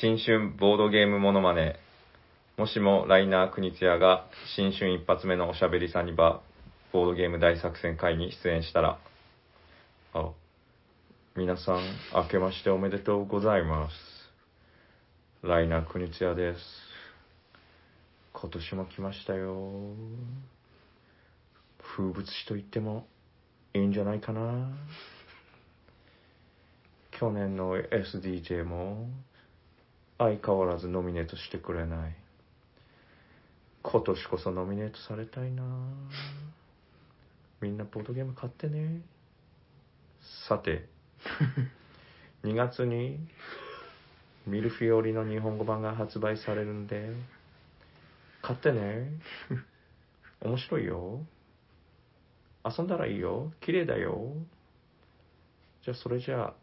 新春ボードゲームモノマネ。もしもライナー国津也が新春一発目のおしゃべりサニバボードゲーム大作戦会に出演したら、あ、皆さん、明けましておめでとうございます。ライナー国津也です。今年も来ましたよ。風物詩と言ってもいいんじゃないかな。去年の SDJ も相変わらずノミネートしてくれない今年こそノミネートされたいなみんなボードゲーム買ってねさて2月にミルフィオリの日本語版が発売されるんで買ってね面白いよ遊んだらいいよ綺麗だよじゃあそれじゃあ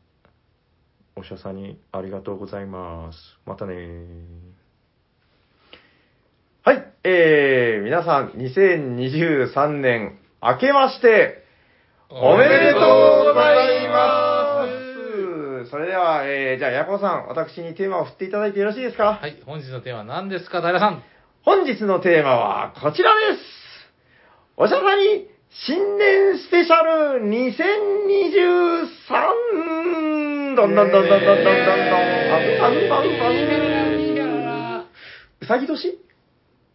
お医者さんにありがとうございます。またねー。はい、えー、皆さん、2023年、明けまして、おめでとうございますそれでは、えー、じゃあ、ヤコさん、私にテーマを振っていただいてよろしいですかはい、本日のテーマは何ですか、平さん。本日のテーマはこちらですおしゃさに新年スペシャル 2023! どんどんどんどんどんどんどんどん、あぶあぶあぶあぶうさぎ年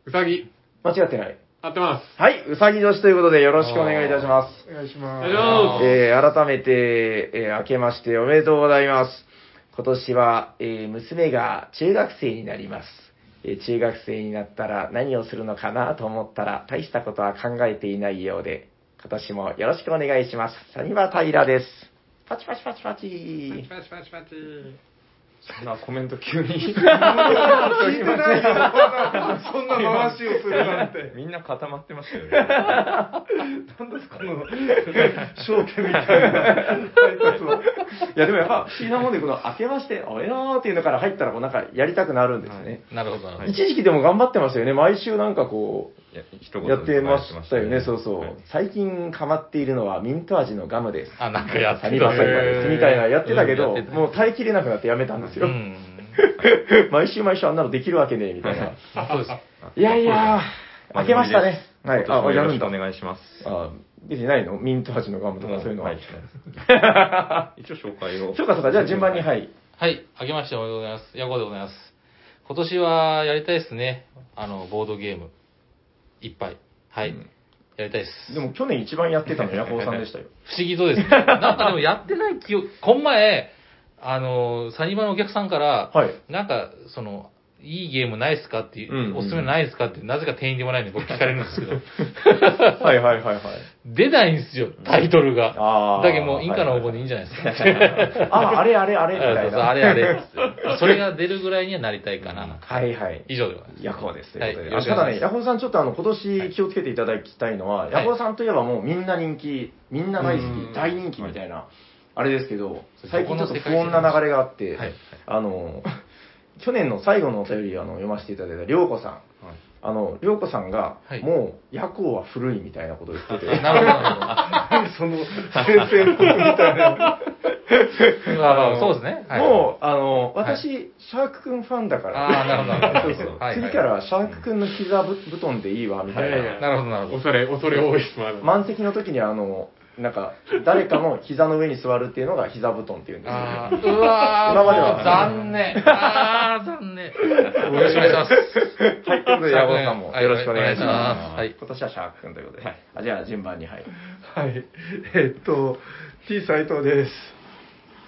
うさぎ、間違ってない。合ってます。はい、うさぎ年ということでよろしくお願いいたします。お願いしまあす。りがとうございますえー改めて、えー明けましておめでとうございます。今年は、えー娘が中学生になります。えー中学生になったら何をするのかなと思ったら、大したことは考えていないようで、今年もよろしくお願いします。サニバタイラです。パチパチパチパチ。パチパチパチパチ。そんなコメント急 に。聞いてないよ、 そんな回しをするなんて。みんな固まってましたよね。なんだこの、証券みたいな配達を。いや、でもやっぱ不思議なもんで、この明けましておめでとうっていうのから入ったら、こうなんかやりたくなるんですね。なるほど、なるほど。一時期でも頑張ってましたよね。毎週なんかこう、いや一言やってましたよね、そうそう。はい最近ハマっているのはミント味のガムです。あ、なんかやってサたニバサイバーですみたいなやってたけど、うんやってたもう耐えきれなくなってやめたんですうよ。ん。毎週毎週あんなのできるわけねえ、みたいな。あそうです。いやいやー、開けましたね。ははいい、、あ、あ、よやろるしんくだお。願いします。あ、出てないのミント味のガムとかそういうのは。 はい一応紹介を。そうかそうか、じゃあ順番に、 はい。はい、あけましておめでとうございます。ヤコでございます。今年はやりたいですね。あの、ボードゲーム。いっぱい。はい。うんやりたいです。でも去年一番やってたのヤコウさんでしたよ。不思議とで すね。なんかでもやってない記憶、こん前、あの、サニバのお客さんから、はい。なんか、その、いいゲームないですかっていう、うんうんおすすめないですかって、なぜか店員でもないんで僕聞かれるんですけど、 はいはいはいはい。出ないんですよ、タイトルが。あーだけどもう、インカの応募でいいんじゃないですか。 あ、あれあれあれみあたそういそうな。あれあれっつって。それが出るぐらいにはなりたいかな。はいはい。以上でございます。ヤコウですとはいいうことで、よろしくおただ願いね、しヤまコウさん、ちょっとあの今年気をつけていただきたいのは、いヤコウさんといえばもうみんな人気、みんな大好うんき、大人気みたいな、あれですけどそう、最近ちょっと不穏な流れがあってはい、あの、去年の最後のお便りあの読ませていただいた涼子さん。はいあの、涼子さんがは、いもう、夜行は古いみたいなことを言って て、なるほどなるほど。その、先生のことみたいな。あのそうですね。はい、もう、あの、はい私、シャークくんファンだから、ああ、なるほど、なるほど。そうそうはいはい次からシャークくんの膝ぶ布団でいいわ、みたいいやいなや。なるほど、なるほど。恐れ、恐れ多いです、まだ。満席の時にあのなんか誰かの膝の上に座るっていうのが膝布団っていうんですよあーうわー今まではもう残念。ああ、残念。よろしくお願いします。はいということで矢後さんもはいよろしくお願いしおま願いしますす今年はシャーク君ということで、あじゃあ順番にはいはい。えっと、T 斎藤です。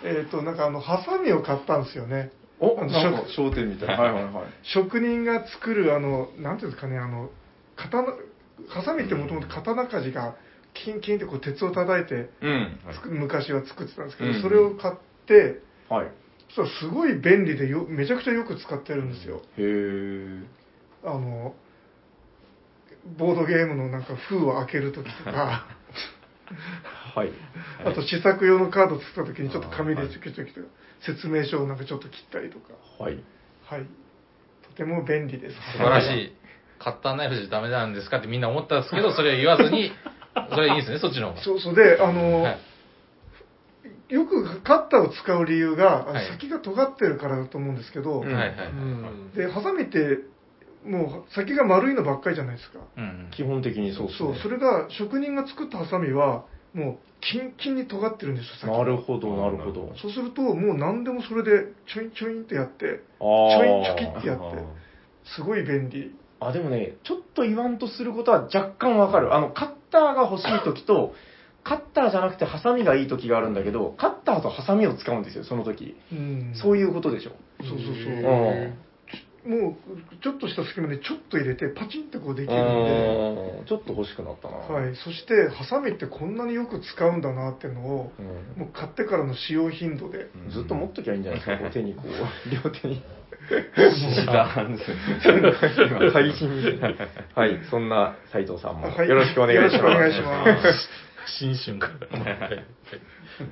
えっと、なんかあの、ハサミを買ったんですよね。おあのなんか職商店みたいなはいはいはい職人が作るあのなんていうんですかねあの刀ハサミってもともと刀鍛冶がキンキンってこう鉄を叩いてうんつく昔は作ってたんですけど、うんそれを買ってはいそしたらすごい便利でよめちゃくちゃよく使ってるんですよ、へーあのボードゲームのなんか封を開けるときとかはいあと試作用のカード作ったときにちょっと紙でチョキチョキとか説明書をなんかちょっと切ったりとかはいはいとても便利です素晴らしい。カッターナイフじゃダメなんですかってみんな思ったんですけど、それを言わずに、それいいですね、そっちの方が。そうそうであの、はいよくカッターを使う理由が、あのはい先が尖ってるからだと思うんですけど、うはんいはいはい。うんで、ハサミって、もう先が丸いのばっかりじゃないですか。うん基本的にそうですそねう、それが職人が作ったハサミは、もうキンキンに尖ってるんですよ、先がなるほどなるほどそうすると、もう何でもそれで、ちょいんちょいんってやって、あちょいちょきってやってすごい便利。あ、でもね、ちょっと言わんとすることは若干わかる。あの、カッターが欲しい時と、カッターじゃなくてハサミがいい時があるんだけど、カッターとハサミを使うんですよ、その時。うんそういうことでしょ。そうそうそうう。ん。もう、ちょっとした隙間でちょっと入れて、パチンってこうできるんうで、んちょっと欲しくなったな。はい。そして、ハサミってこんなによく使うんだなっていうのを、うんもう買ってからの使用頻度で、うんずっと持っときゃいいんじゃない ですか、こう手にこう、両手に。知らんですね今最新みたいなはい、そんな斉藤さんもはいよろしくお願いしよろしくおま願いすし。ます。新春から。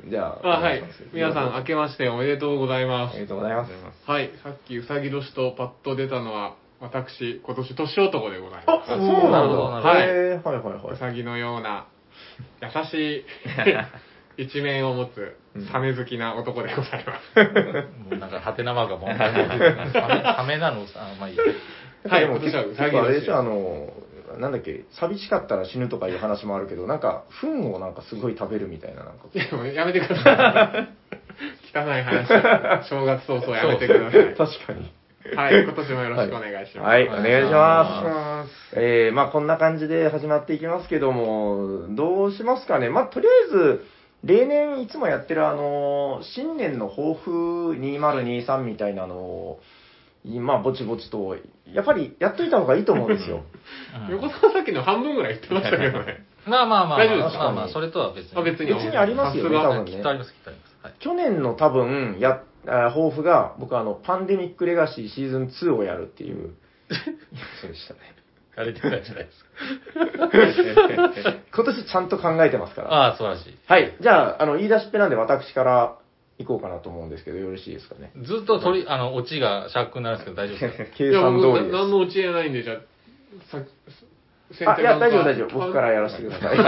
じゃあ、あ、はいお願します。皆さん、明けましておめでとうございあますり。がとうございます。はい、さっきうさぎ年とパッと出たのは、私、今年年男でございあま、そす。うななるんだ。ほどはい、はいはういはさぎのような、優し い一面を持つ、サメ好きな男でございます。もうなんか、ハテナマークがもう、ハメなのあ、まあいいや。い。はいでも結私は構うさぎあれでしょ、あ年の、なんだっけ、寂しかったら死ぬとかいう話もあるけど、なんか、糞をなんかすごい食べるみたいな、なんか。でもやめてください。汚い話、正月早々やめてください。確かに。はい、今年もよろしくお願いします。はい、お願いします。あえー、まあこんな感じで始まっていきますけども、どうしますかね。まあとりあえず、例年いつもやってるあの、新年の抱負2023みたいなのを、今、ぼちぼちと、やっぱりやっといた方がいいと思うんです よ。横澤さっきの半分ぐらい言ってましたけどね。まあまあまあ、大丈夫まであすまあまあ、それとは別に。あ別に別にありますよね、さす多が分きねっと。あります、きっとあります。はい。去年の多分や、あ抱負が、僕はあの、パンデミックレガシーシーズン2をやるっていう。そうでしたね。やれてないじゃないですか。今年ちゃんと考えてますから。ああ、素晴らしい。はい。じゃあ、あの、言い出しっぺなんで私から行こうかなと思うんですけど、よろしいですかね。ずっと鳥、あの、オチがシャックになるんですけど、大丈夫ですか計いや、算僕、通りでな何のうち得ないんで、じゃあ、さす。あ、いや、大丈夫、大丈夫。僕からやらせてくだ さい。じ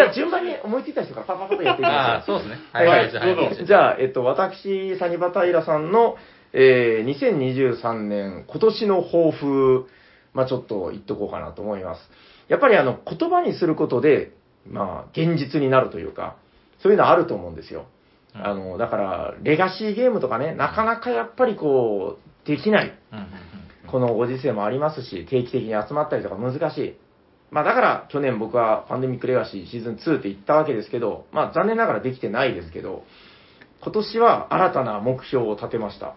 ゃあ、順番に思いついた人からパパパとやっていきああま、しょそうですね。はいじゃあ、どうぞはいじゃあ、えっと、私、サニバタイラさんの、えー、2023年、今年の抱負、まあちょっと言っとこうかなと思います。やっぱりあの、言葉にすることで、まあ現実になるというか、そういうのあると思うんですよ。うんあの、だから、レガシーゲームとかね、なかなかやっぱりこう、できない。うんうんうんこのご時世もありますし、定期的に集まったりとか難しい。まあだから、去年僕はパンデミックレガシーシーズン2って言ったわけですけど、まあ残念ながらできてないですけど、今年は新たな目標を立てました。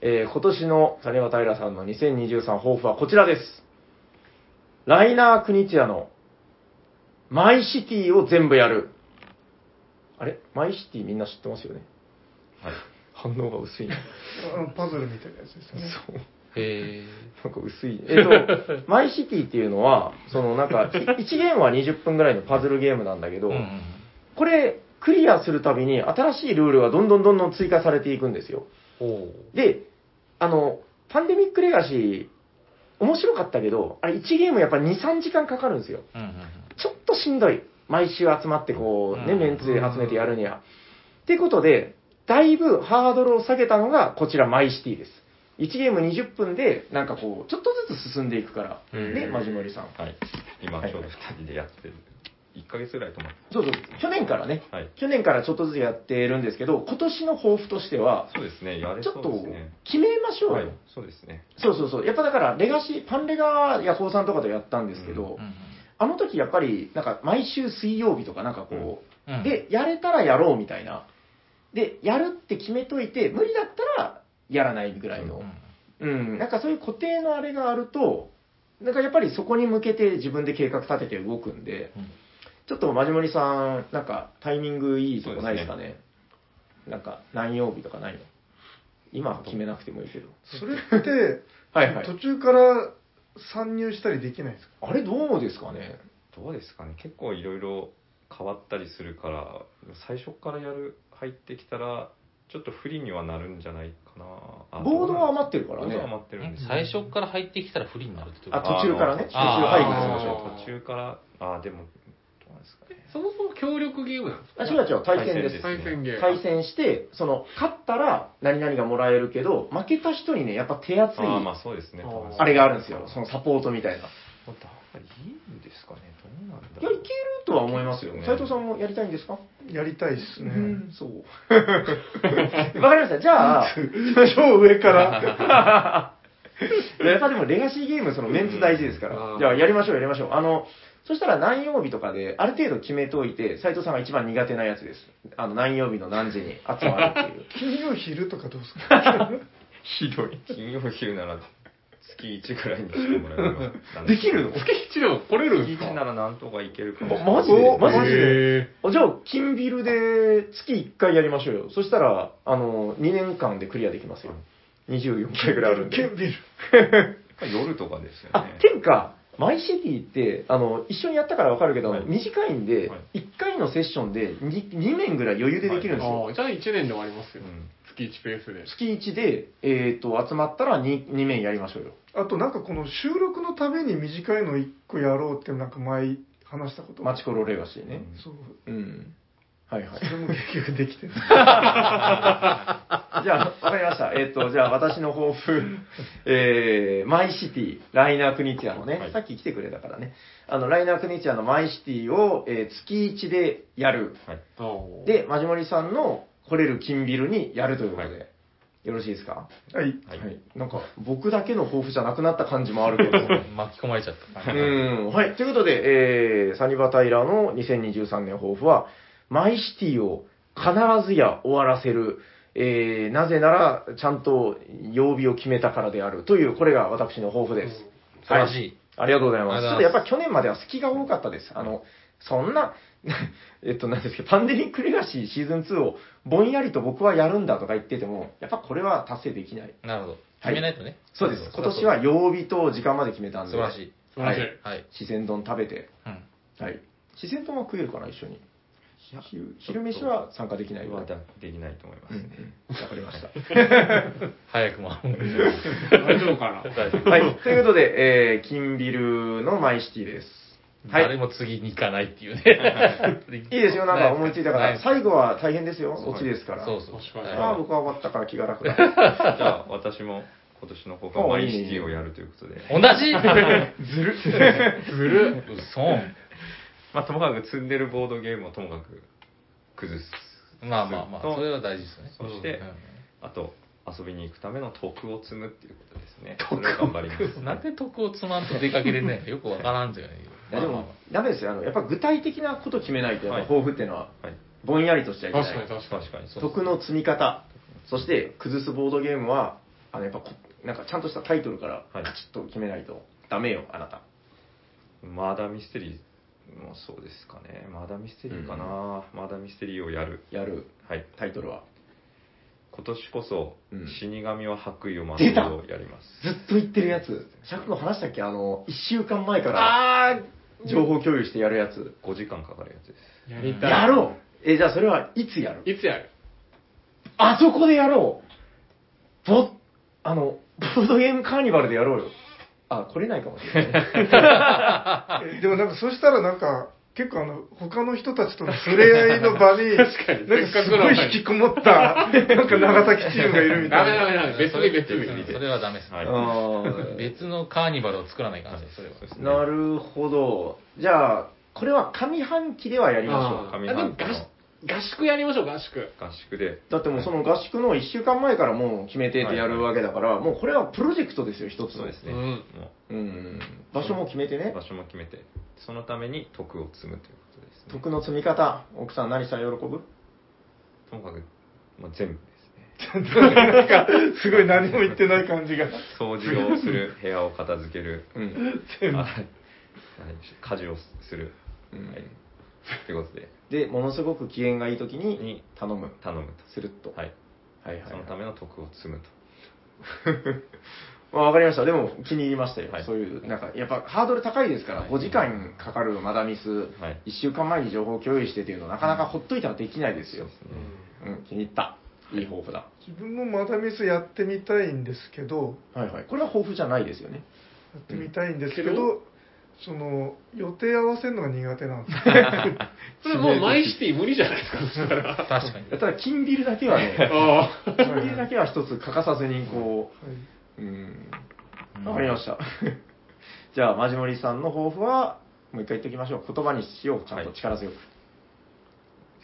えー今年の種和平さんの2023抱負はこちらです。ライナー・クニチアのマイシティを全部やる。あれマイシティみんな知ってますよねはい反応が薄いな。あのパズルみたいなやつですよね。そう。へえ。なんか薄い。えっ と、マイシティっていうのは、そのなんか、1ゲームは20分ぐらいのパズルゲームなんだけど、うんうんこれ、クリアするたびに新しいルールがどんどんどんどん追加されていくんですよ。おうで、あの、パンデミックレガシー、面白かったけど、あれ1ゲームやっぱ2、3時間かかるんですよ。うんうんうんちょっとしんどい。毎週集まってこう、ね、うんメンツで集めてやるには。ってことで、だいぶハードルを下げたのが、こちらマイシティです。1ゲーム20分で、なんかこう、ちょっとずつ進んでいくから。うんね、マジモリさん。はい今ちょうど2人でやってる1ヶ月ぐらい止まってそうそう、去年からね、はい去年からちょっとずつやってるんですけど、今年の抱負としては、そうですねやれちそょっうとですね決めましょうよ。はいそうですねそうそうそう。やっぱだから、レガシー、パンレガーヤコウさんとかとやったんですけど、うんあの時やっぱり、なんか毎週水曜日とかなんかこう、うんうんで、やれたらやろうみたいな。で、やるって決めといて、無理だったらやらないぐらいの。うん、なんかそういう固定のあれがあると、なんかやっぱりそこに向けて自分で計画立てて動くんで、うんちょっとマジモリさん、なんかタイミングいいとこないですかね。なんか何曜日とかないの今は決めなくてもいいけど。それって、はいはい。途中から参入したりできないんですかあれどうですかねどうですかね結構いろいろ変わったりするから最初からやる入ってきたらちょっと不利にはなるんじゃないかなあボードどうなはん余ってるからボードねは。余ってるんですよ最初から入ってきたら不利になるってことあ途中からあのね途中配あ布ー途中からあーでもどうなんですかねそもそも協力ゲームなんですかあ違う違う、対戦です。対戦ゲーム。対戦して、その、勝ったら何々がもらえるけど、負けた人にね、やっぱ手厚い、ああ、まああそうですね。あー多分れがあるんですよ。そのサポートみたいな。だからいいんですかね。どうなんだいや、ろういけるとは思いますよね。斉藤さんもやりたいんですかやりたいですね。そう。 わかりました。じゃあ、 超上から。 やっぱでもレガシーゲーム、そのメンツ大事ですかうんらあ。ーじゃあ、やりましょう、やりましょう。あの、そしたら何曜日とかで、ある程度決めておいて、斉藤さんが一番苦手なやつです。あの、何曜日の何時に集まるっていう。金曜昼とかどうですかひどい。金曜昼なら月1ぐらいにしてもらえればできるの月一でも来れるん月ですか1ならなんとかいけるかもしれないマジでおマジでへあじゃあ、金ビルで月1回やりましょうよ。そしたら、あの、2年間でクリアできますよ。24回ぐらいあるんで。ケンビル。夜とかですよあね、。てか、マイシティって、あの、一緒にやったからわかるけど、はい短いんで、はい1回のセッションで 2, 2面ぐらい余裕でできるんーですよ。あーじゃあ1年で終わりますうよ。ん月1ペースで。月1で、えっ、と、集まったら 2, 2面やりましょうよ。あとなんかこの収録のために短いの1個やろうってなんか前話したことマチコロレガシーね。そう。うん。はいはいそ。れも結局できてない。じゃあ、わかりました。えっ、と、じゃあ、私の抱負、えー、マイシティ、ライナー・クニチアのね、はいさっき来てくれたからね、あの、ライナー・クニチアのマイシティを、えー月1でやる。はい。おーで、マジモリさんの来れる金ビルにやるということで、はよろしいですかはい。はい。なんか、僕だけの抱負じゃなくなった感じもあるけど。巻き込まれちゃっうた。ん。はい。ということで、えー、サニバタイラの2023年抱負は、マイシティを必ずや終わらせる。えー、なぜなら、ちゃんと曜日を決めたからである。という、これが私の抱負です。素晴らしい。ありがとうございまあす。りちょがっととうござやっぱ去いま年までは隙が多かったです。あの、そんな、 えっと、なんですけど、パンデミックレガシーシーズン2をぼんやりと僕はやるんだとか言ってても、やっぱこれは達成できない。なるほど。決めないとね。そうです。今年は曜日と時間まで決めたん素で。晴らしい。素晴らしい。はいはい。四川丼食べて。うん。はい。四川丼は食えるかな、一緒に。いや昼昼飯は参加できないわ。はわ、できないと思いますうんうね。ん、わかりました。早くも。大丈夫かな大丈夫はい。ということで、えー、金ビルのマイシティです。はい誰も次に行かないっていうね。 いいですよ、なんか思いついたかなら。です最後は大変ですよ、オチですから。そうそう。確かにまあは僕は終わったから気が楽だ。はじゃあ、私も今年の方がマイシティをやるということで。い同 じずる。 ずる。うそん。まあ、ともかく積んでるボードゲームをともかく崩す。まあまあまあ、とそれは大事ですよね。そしてうんあと、遊びに行くための徳を積むっていうことですね。それを頑張ります。 なんで得をつまんと出かけれないの かよくわからんじゃないいやでも、ダメですよ。あの、やっぱ具体的なこと決めないと、やっぱはい抱負っていうのは、はい。ぼんやりとしちゃいけ確かにない。確かに。確かに。得の積み方、そして崩すボードゲームは、あの、やっぱこ、なんかちゃんとしたタイトルから、はカいチッと決めないと、ダメよ、あなた。マーダーミステリーもそうですかね。マーダーミステリーかな、マーダーミステリーをやる。やるはい。タイトルは。今年こそ、うん死神は白衣をまとうをやります。ずっと言ってるやつ。尺の話したっけあの、1週間前から、あ情報共有してやるやつ。 5時間かかるやつです。ーやりたい。やろうえ、じゃあそれはいつやるいつやるあそこでやろうぼ、あの、ボードゲームカーニバルでやろうよ。あ、来れないかもしれない。えでもなんかそしたらなんか結構あの他の人たちとの触れ合いの場に確かになんかすごい引きこもったなんか長崎チームがいるみたダいメダなメダメ。別に別に。それはダメです。はい。うん別のカーニバルを作らないからね、それは。 なるほど。じゃあ、これは上半期ではやりましょ上あでも半期合の合宿やりましょう、合宿。合宿で。う。だってもうその合宿の1週間前からもう決めてってやるわけだから、もうこれはプロジェクトですよ、一つその。うですね。うんもうん。場所も決めてうね場。所も決めて、そのために徳を積むということですね。徳の積み方、奥さん何したら喜ぶともかく、まあ、全部ですね。なんかすごい何も言ってない感じが掃除をする、 部屋を片付ける、うん。あはい家事をする。うんはい。ということで、で、ものすごく機嫌がいい時にに頼む。頼むするっと。と。はい。はいはいそはいのための徳を積むと。 まあ、わかりました。でも、気に入りましたよ。はいそういう、なんか、やっぱ、ハードル高いですから、はい5時間かかるマダミス、はい1週間前に情報共有してっていうの、なかなかほっといたらできないですそよ。うですねうん、気に入った。いい抱負だ。自分もまだミスやってみたいんですけどはいはい。これは抱負じゃないですよね。やってみたいんですけけどどその予定合わせるのが苦手なんですそれもうマイシティ無理じゃないですか、そし たら。確かに。ただ、金ビルだけは ね、ああ。金ビルだけは一つ欠かさずに、こう、うはい、ん、うんわかりました。 じゃあ、マジモリさんの抱負は、もう一回言っておきましょう。言葉にしよう、ちゃんと力強く。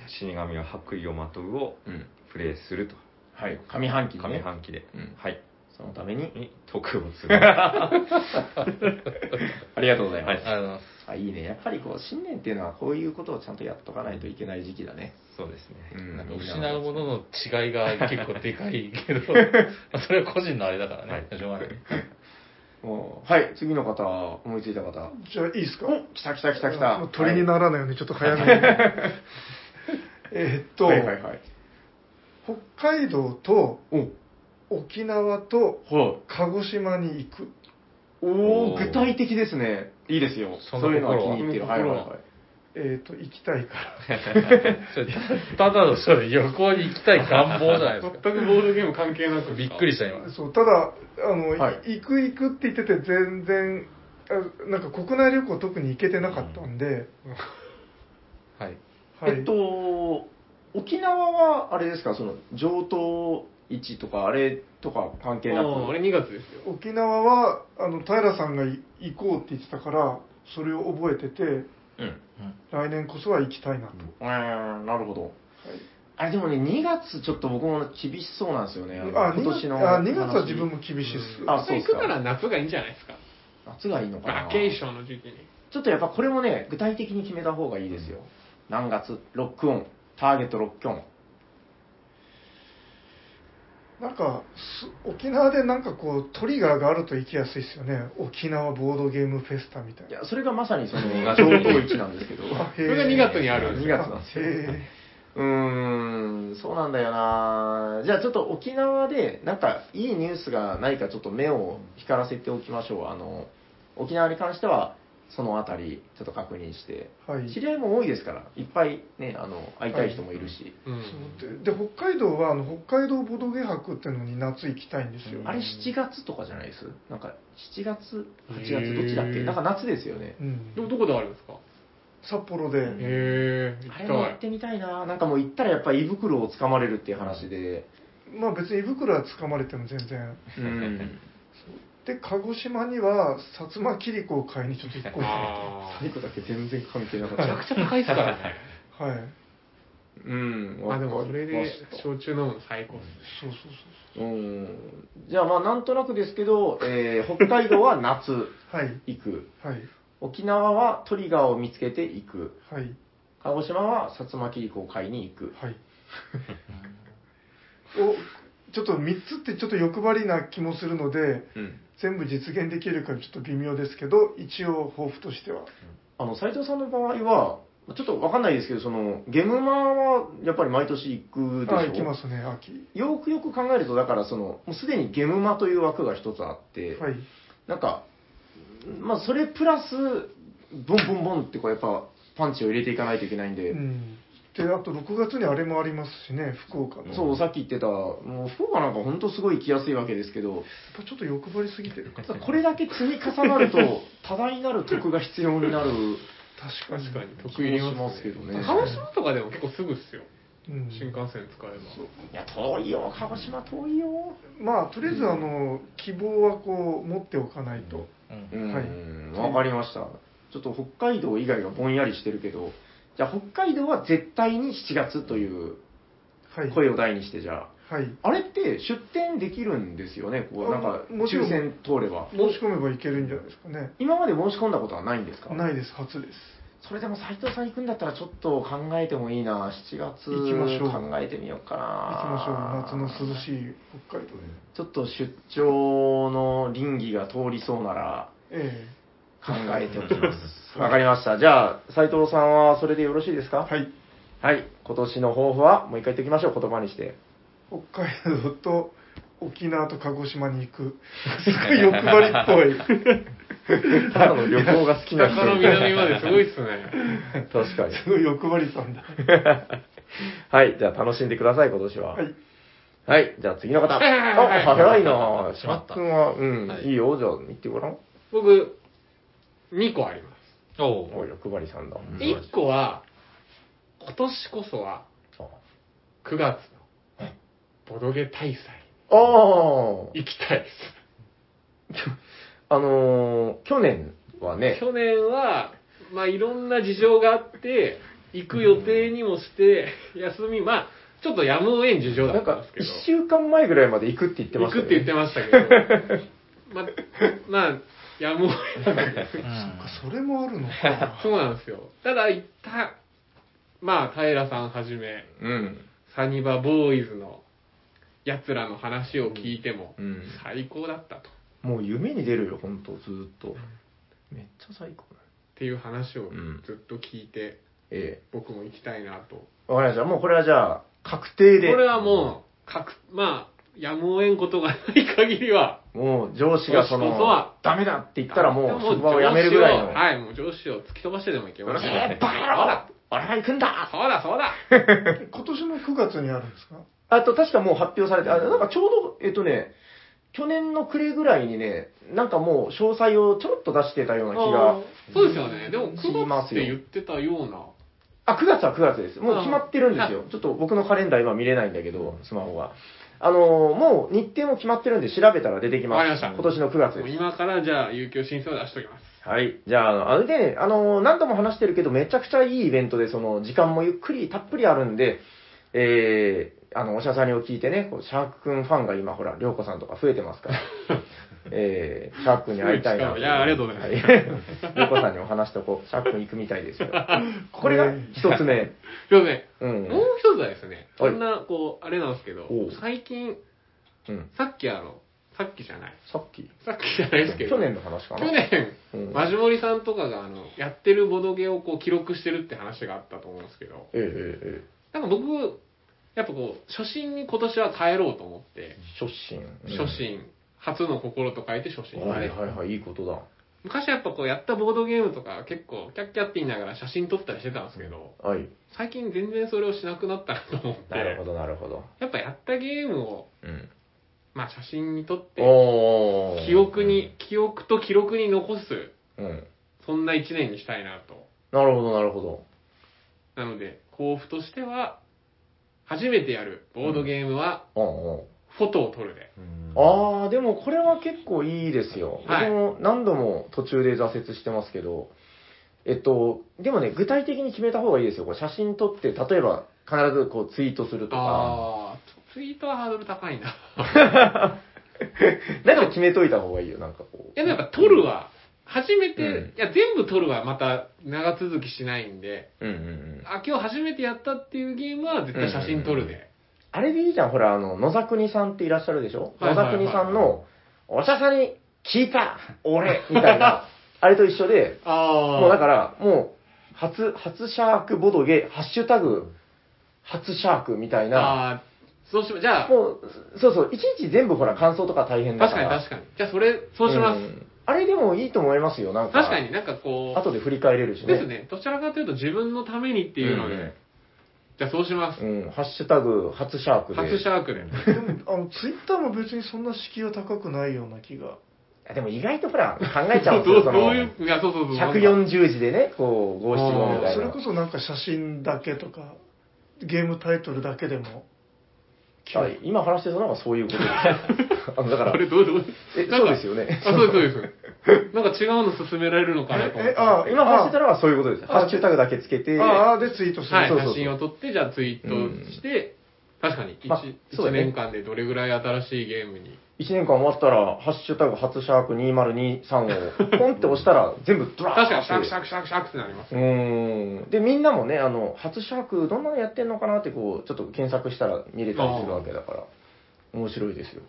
死神は白衣をまとうをうん。プレイするとはい。上半期に上ね。半期で、うんはいそのために、に徳を積む はありがとうございます。いありがとうございます。あいいね。やっぱりこう、新年っていうのはこういうことをちゃんとやっとかないといけない時期だね。そうですね、うんなんか失うものの違いが結構でか いけど、まあそれは個人のあれだからね、しょうがない。もう、はい、次の方、思いついた方。じゃあいいですかお来た来た来た来た。もう鳥にっならないようにちょっと早めに えーっと、はいはいはい。北海道とお、沖縄とはい。鹿児島に行くおおおー具体的ですね。いいですよ。そのそういうのは気心はに入ってる。そのはい心はいははい。えーっと行きたいからそれただのそれ旅行に行きたい願望じゃないです全くか。ボードゲーム関係なく。びっくりしした今。そうただあの、はいい行く行くって言ってて全然あなんか国内旅行特に行けてなかったんで、はい。はい、えっと、沖縄はあれですか、その上等位置とか、あれとか関係あなく、あ、あれ2月ですよ。沖縄はあの平さんがい行こうって言ってたからそれを覚えててうん、来年こそは行きたいなと、えーなるほど、あれでもね、2月、ちょっと僕も厳しそうなんですよね、のあ2今年月のあ2月話は自分も厳しいです、うんあそうっ行すかくなら夏がいいんじゃないですか。夏がいいのかな、バケーションの時期に。ちょっとやっぱこれもね、具体的に決めた方がいいですよ、何月、ロックオン、ターゲットロックオン、なんかす沖縄でなんかこうトリガーがあると行きやすいですよね沖縄ボードゲームフェスタみたいいなやそれがまさにその2上月等位置なんですけど。 あへそーれが2月にあるんです2よ。月なんですよへえうーん、そうなんだよな。じゃあちょっと沖縄で、なんかいいニュースがないかちょっと目を光らせておきましょう。あの、沖縄に関しては、そのあたり、ちょっと確認して。はい知り合いも多いですから、いっぱいね、あの、会いたい人もいるし。うん。そうでで北海道はあの北海道ボドゲ博っていうのに夏行きたいんですよ、あれ7月とかじゃないですなんか7月、8月、どっちだっけへーなんか夏ですよね。うんど、どこであるんですか札幌で、んへえ、あれも行行っきてみたいな。なんかもう行ったらやっぱり胃袋をつかまれるっていう話で。まあ別に胃袋はつかまれても全然うん。で鹿児島には薩摩切子を買いにちょっと行こたうかい。あ最後だけ全然関係なかっめちゃたく。ちゃ高いですからね。なはいうん。 あ。まあでもそれわでかりました焼酎飲むの最高っそうそううんじゃあまあなんとなくですけど、えー北海道は夏そうはい行く。 はい沖縄はトリガーを見つけて行く。はい鹿児島は薩摩切子を買いに行く。はい おちょっと3つってちょっと欲張りな気もするのでうん。全部実現できるかちょっと微妙ですけど一応抱負としてはあの、斉藤さんの場合は、ちょっとわかんないですけど、その、ゲムマはやっぱり毎年行くでしょあ行きますね秋よくよく考えると、だからその、もうすでにゲムマという枠が一つあって、はいなんか、まあそれプラス、ボンボンボンってこうやっぱパンチを入れていかないといけないんで、うんであと6月にあれもありますしね福岡のやっそう、さっき言ってた、もう福岡なんか本当すごい行きやすいわけですけど、ぱちょっと欲張りすぎてるかただこれだけ積み重なると、多大なる得が必要になる確す。かに確かに。気得意もにしますけどね。鹿児島とかでも結構すぐっすよ。うん新幹線使えば。いや、遠いよ、鹿児島遠いよ。まあとりあえずあの希望はこう持っておかないと、うんうはいん、わかりました。ちょっと北海道以外がぼんやりしてるけど、じゃあ北海道は絶対に7月というはい声を大にして、じゃあ、はいあれって出店できるんですよね、こう、なんかあもちろ抽ん選通れば。申し込めばいけるんじゃないですかね今まで申し込んだことはないんですかないです初ですそれでも斉藤さん行くんだったらちょっと考えてもいいな7月行きましょう考えてみようかな行きましょう夏の涼しい北海道でちょっと出張の倫理が通りそうならえ考えてお きますわかりましたじゃあ斉藤さんはそれでよろしいですえかはいはい今年の抱負はもう一回言っておきましょう言葉に して北海道と沖縄と鹿児島に行くすごい欲張りっぽいただの旅行が好き北な人から南まですごいっすね。 確かにすごい欲張りさんだはいじゃあ楽しんでください今年ははいはいじゃあ次の 方あはい早いなしま島った君はうんはいいいよじゃあ行ってごらん僕、 2個ありまおうおい、欲張りさんだ。す。1個は、今年こそはあ9月のボドゲ大祭あー行きたいです。あのー、去年はね、去年は、まあ、いろんな事情があって、行く予定にもして、休み、まあ、ちょっとやむを得ん事情だなんったんかですけど、 1週間前ぐらいまで行くって言ってま行したくよっね。て言ってましたけど、ま まあ、やむを得なくうて、んそれもあるのか そうなんですよ。ただ、一旦、まあ、平さんはじめ、うん。サニバボーイズの奴らの話を聞いても、うん。最高だったと。っもう夢に出るよ、ほんと、ずーっと。めっちゃ最高だ。ていう話をん。ずっと聞いて、え僕も行きたいなと。え。わかりました。もうこれはじゃあ、確定で。これはもう、かく、まあ、やむを得んことがない限りは、もう上司がそ上司こそのは、ダメだって言ったらもうもう職場を辞めるぐらいの。上司をはい、もう上司を突き飛ばしてでも行けうまるすせ。え、バカ野郎俺は行くんだそうだ、そうだ今年の9月にあるんですかあと確かもう発表されて、あなんかちょうど、えっとね、去年の暮れぐらいにね、なんかもう詳細をちょろっと出してたような気あがー。そうですよね。でも、しま9す月よって言ってたような。あ、9月は9月です。もうあー決まってるんですよ。ちょっと僕のカレンダー今見れないんだけど、スマホが。あのーもう日程も決まってるんで調べたら出てきます。わかりました今年の9月もうです。今からじゃあ、有給申請を出しときます。はい。じゃああの、あれで、あのー何度も話してるけど、めちゃくちゃいいイベントで、その、時間もゆっくりたっぷりあるんで、えー、あの、おしゃさんにを聞いてね、こうシャークくんファンが今、ほら、りょうこさんとか増えてます から、えー、シャークくんに会いたいな。いやありがとうございますはい。 りょうこさんにお話しとこう。シャークくん行くみたいですよ。これが一つ目。すいません。うん。もう一つはですね、はこいんな、こう、あれなんですけどおう、最近、うん。さっきあの、さっきじゃない。さっき。さっきじゃないですけど、去年の話かな。去年、うん。マジモリさんとかが、あの、やってるボドゲをこう、記録してるって話があったと思うんですけど、えええええなんか僕、やっぱこう、初心に今年は帰ろうと思ってえ、初心。うん初。心、初の心と書いて初心ですね、はいはいはい、いいことだ。昔やっぱこうやったボードゲームとか結構キャッキャって言いながら写真撮ったりしてたんですけど、はい。最近全然それをしなくなったなと思って、なるほやど、なるほど。っぱやったゲームを、うん。まあ写真に撮って、おー記憶に、記憶と記録に残す、うん。うん。そんな一年にしたいなと。なるほど、なるほど。なので、抱負としては、初めてやるボードゲームは、うんうん。フォトを撮るで。ああ、でもこれは結構いいですよ。はい僕も何度も途中で挫折してますけど、えっと、でもね、具体的に決めた方がいいですよ。こう写真撮って、例えば必ずこうツイートするとか、あー、ツイートはハードル高 いな。何か決めといた方がいいよ、なんかこいや、なんか撮るは、初めて、うんいや、全部撮るはまた長続きしないんで、う。うんうんうん。あ、今日初めてやったっていうゲームは絶対写真撮るで。あれでいいじゃん、ほら、あの、野沢国さんっていらっしゃるでしょ、はいはいはい野沢国さんの、おしゃさんに聞いた俺みたい な、あれと一緒で、あもうだかから、もう、初、初シャークボドゲ、ハッシュタグ、初シャークみたいな、ああー、そうしま、じゃあ、もう、そうそう、いちいち全部ほら、感想とか大変だ確かかにら。確かに。じゃあ、それ、そうします。うんあれでもいいと思いますよ、なんか。確か。になんかこ後で振り返れるしう、ね。ですね、どちらかというと自分のためにっていうので、じゃあそうしまう。すん。うん、ハッシュタグ、初シャークで。初シャークで。でもあのツイッターも別にそんな敷居は高くないような気があでも意外とほら、考えちゃうそんう、ですよ、そどうどうの。いう、いや、そうそうそう。 140字でね、こう、五七五みたいな。それこそなんか写真だけとかゲームタイトルだけでもはい今話してたのがそういう ことです。あの、だから あ、れ、どうどうえ、なんそうかですよねあ、。そうです、そうです。なんか違うの勧められるのかなと思えって。えあ 今話してたのはそういうことです。ハッシュタグだけつけて、ああでツイートする、はい、そうそうそう写真を撮って、じゃあツイートして、確かにまあ 1, そうだね年間でどれぐらい新しいゲームに。 1年間終わったら、ハッシュタグ初シャーク2023をポンって押したら、全部ドラー確ッかとにシャークシャークシャークシャークってなります。うーん。で、みんなもね、あの、初シャークどんなのやってんのかなってこう、ちょっと検索したら見れたりするわけだから、面白いですよ。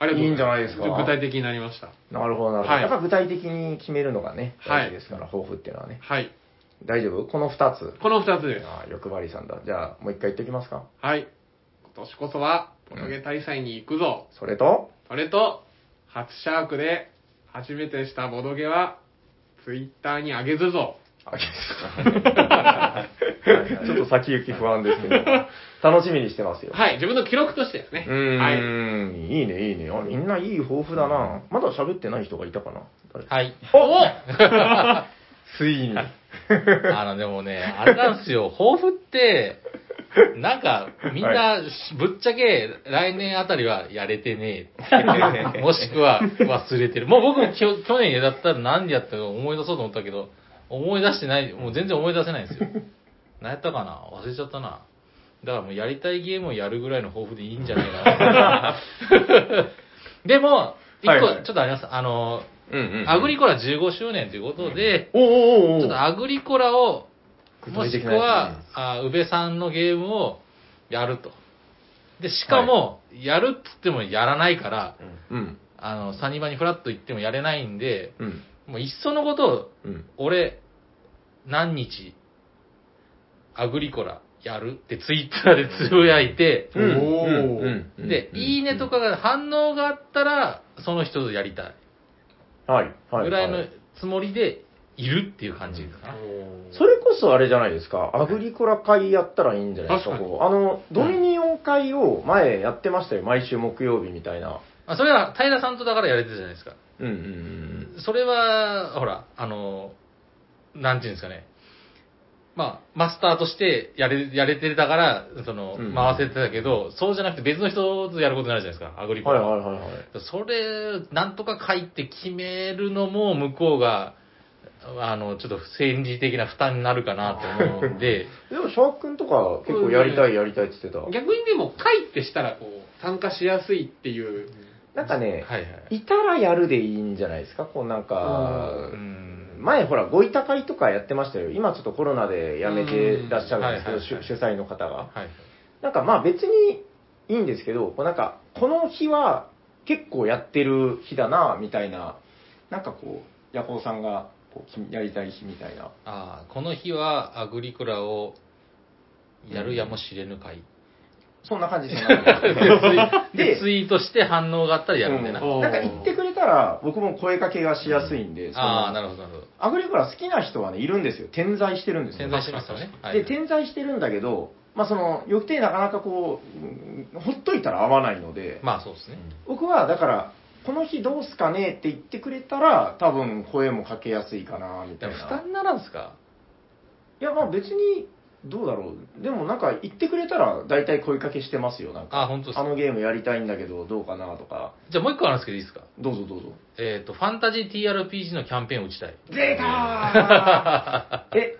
ありがとうござますいいんじゃないですか具体的になりました。なるほど、なるほど。はいやっぱ具体的に決めるのがね、はい大事ですから、抱負っていうのはね。はい。大丈夫この2つ。この2つです。ああ、欲張りさんだ。じゃあ、もう一回言っときますか。はい。今年こそは、ボトゲ大祭に行くぞ。それと、それと、初シャークで初めてしたボドゲは、ツイッターに上げずぞ。秋です かちょっと先行き不安ですけど、楽しみにしてますよ。はい、自分の記録としてですね。うーん、はい。い、いね、いいね。あみんないい抱負だな。まだ喋ってない人がいたかな誰はい。つ いに。あの、でもね、あれなんですよ、抱負って、なんか、みんな、ぶっちゃけ、来年あたりはやれてねえ。 もしくは、忘れてる。もう僕も きょ去年だったら何でやったか思い出そうと思ったけど、思い出してない、もう全然思い出せないんです よ。何やったかな忘れちゃったな。だからもうやりたいゲームをやるぐらいの抱負でいいんじゃないか な。でも、一はい個はい、ちょっとあります。あの、うんうんうんアグリコラ15周年ということで、おおおうおうちょっとアグリコラを、具も体し的くなやつねは、あ宇部さんのゲームをやると。で、しかも、やるっつってもやらないから、うん。あの、サニバにフラッと行ってもやれないんで、うん。もういっそのこと、うん。俺、何日、アグリコラやるってツイッターでつぶやいて、うんおーうんうんで、いいねとかが反応があったら、その人とやりたい。はい、はい。ぐらいはのつもりで、いるっていう感じかな。それこそあれじゃないですか、アグリコラ会やったらいいんじゃないですか、確かこにうあのドミニオン会を前やってましたよ、毎週木曜日みたいな。まあ、それは平さんとだからやれてたじゃないですか。うんうんうんそれは、ほら、あの、なんていうんですかね。まあ、マスターとしてやれ、やれてたから、そのうん、回せてたけど、そうじゃなくて別の人とやることになるじゃないですか、アグリうん。コはいラ。はいはいはい。それ、なんとか書いて決めるのも、向こうが、あの、ちょっと戦時的な負担になるかなって思う んで、でも、シャーク君とか結構やりたいやりたいって言ってた。逆にでも、書いてしたら、こう、参加しやすいっていう。なんかね、はいはい。い、たらやるでいいんじゃないですか、こうなんか、うん前ほら、ごいた会とかやってましたよ。今ちょっとコロナでやめてらっしゃるんですけど、うんはいはいはい主主催の方が。はい。なんかまあ別にいいんですけど、こうなんかこの日は結構やってる日だな、みたいな、なんかこう、ヤコウさんがこうきやりたい日みたいな。ああ、この日はアグリコラをやるやもしれぬ会。そんな感じ、そんな感じ。で、で、ツイートして反応があった らやるんでな。うんなんか言ってくれたら僕も声かけがしやすいんで、そのああ、なるほど、なるほど。アグリコラ好きな人はね、いるんですよ。点在してるんですよ。潜在してますよね。はい。で、点在してるんだけど、まあその、よくてなかなかこう、うんほっといたら合わないので、まあそうですね。僕はだからこの日どうすかねって言ってくれたら多分声もかけやすいかなみでたいもな負担にならんすかいやまあ別にどうだろうでもなんか言ってくれたら大体声かけしてますよなんかああ、本当ですあか。のゲームやりたいんだけどどうかなとかじゃあもう一個あるんですけどいいですかどうぞどうぞえっと、ファンタジー TRPG のキャンペーンを打ちたい。出たーえ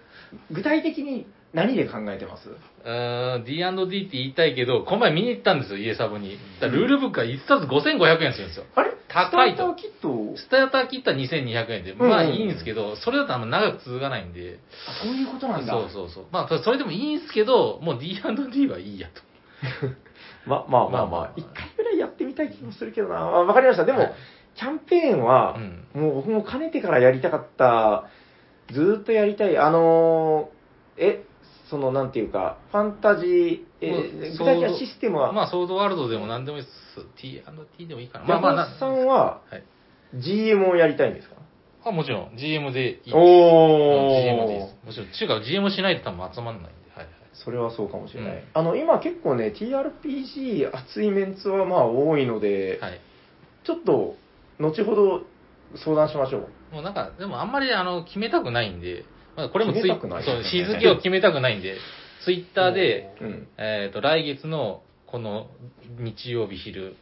具体的に何で考えてますうーん、D&D って言いたいけど、この前見に行ったんですよ、家サブに。だからルールブックが1冊5500円するんですよ。あれ高いスとターターキットをスターター切ったら2200円で、うんまあいいんですけど、それだとあんま長く続かないんで、あそういうことなんだそうそうそう。まあ、それでもいいんですけど、もう D&D はいいやと。ままあまあまあ一回ぐらいやってみたい気もするけどなあわかりましたでも、はいキャンペーンは、うん。もう僕もかねてからやりたかった、ずーっとやりたい、あのー、え、そのなんていうか、ファンタジー、えもうー、具そう体的なシステムは、まあ、ソードワールドでも何でもいいです。T&T でもいいかな。まヤあコまあウな、さんははい GM をやりたいんですかあ、もちろん、GM でいいです。GM でいいおです。もちろん、中華 GM しないと多分集まらないんで、はいはい。それはそうかもしれない。うんあの、今結構ね、TRPG 熱いメンツはまあ多いので、はい。ちょっと、後ほど相談しましょう。もうなんか、でもあんまりあの、決めたくないんで、まあ、これもツイ決めたくないそう、日付を決めたくないんで、ツイッターで、うん。えっ、と、来月のこの日曜日昼、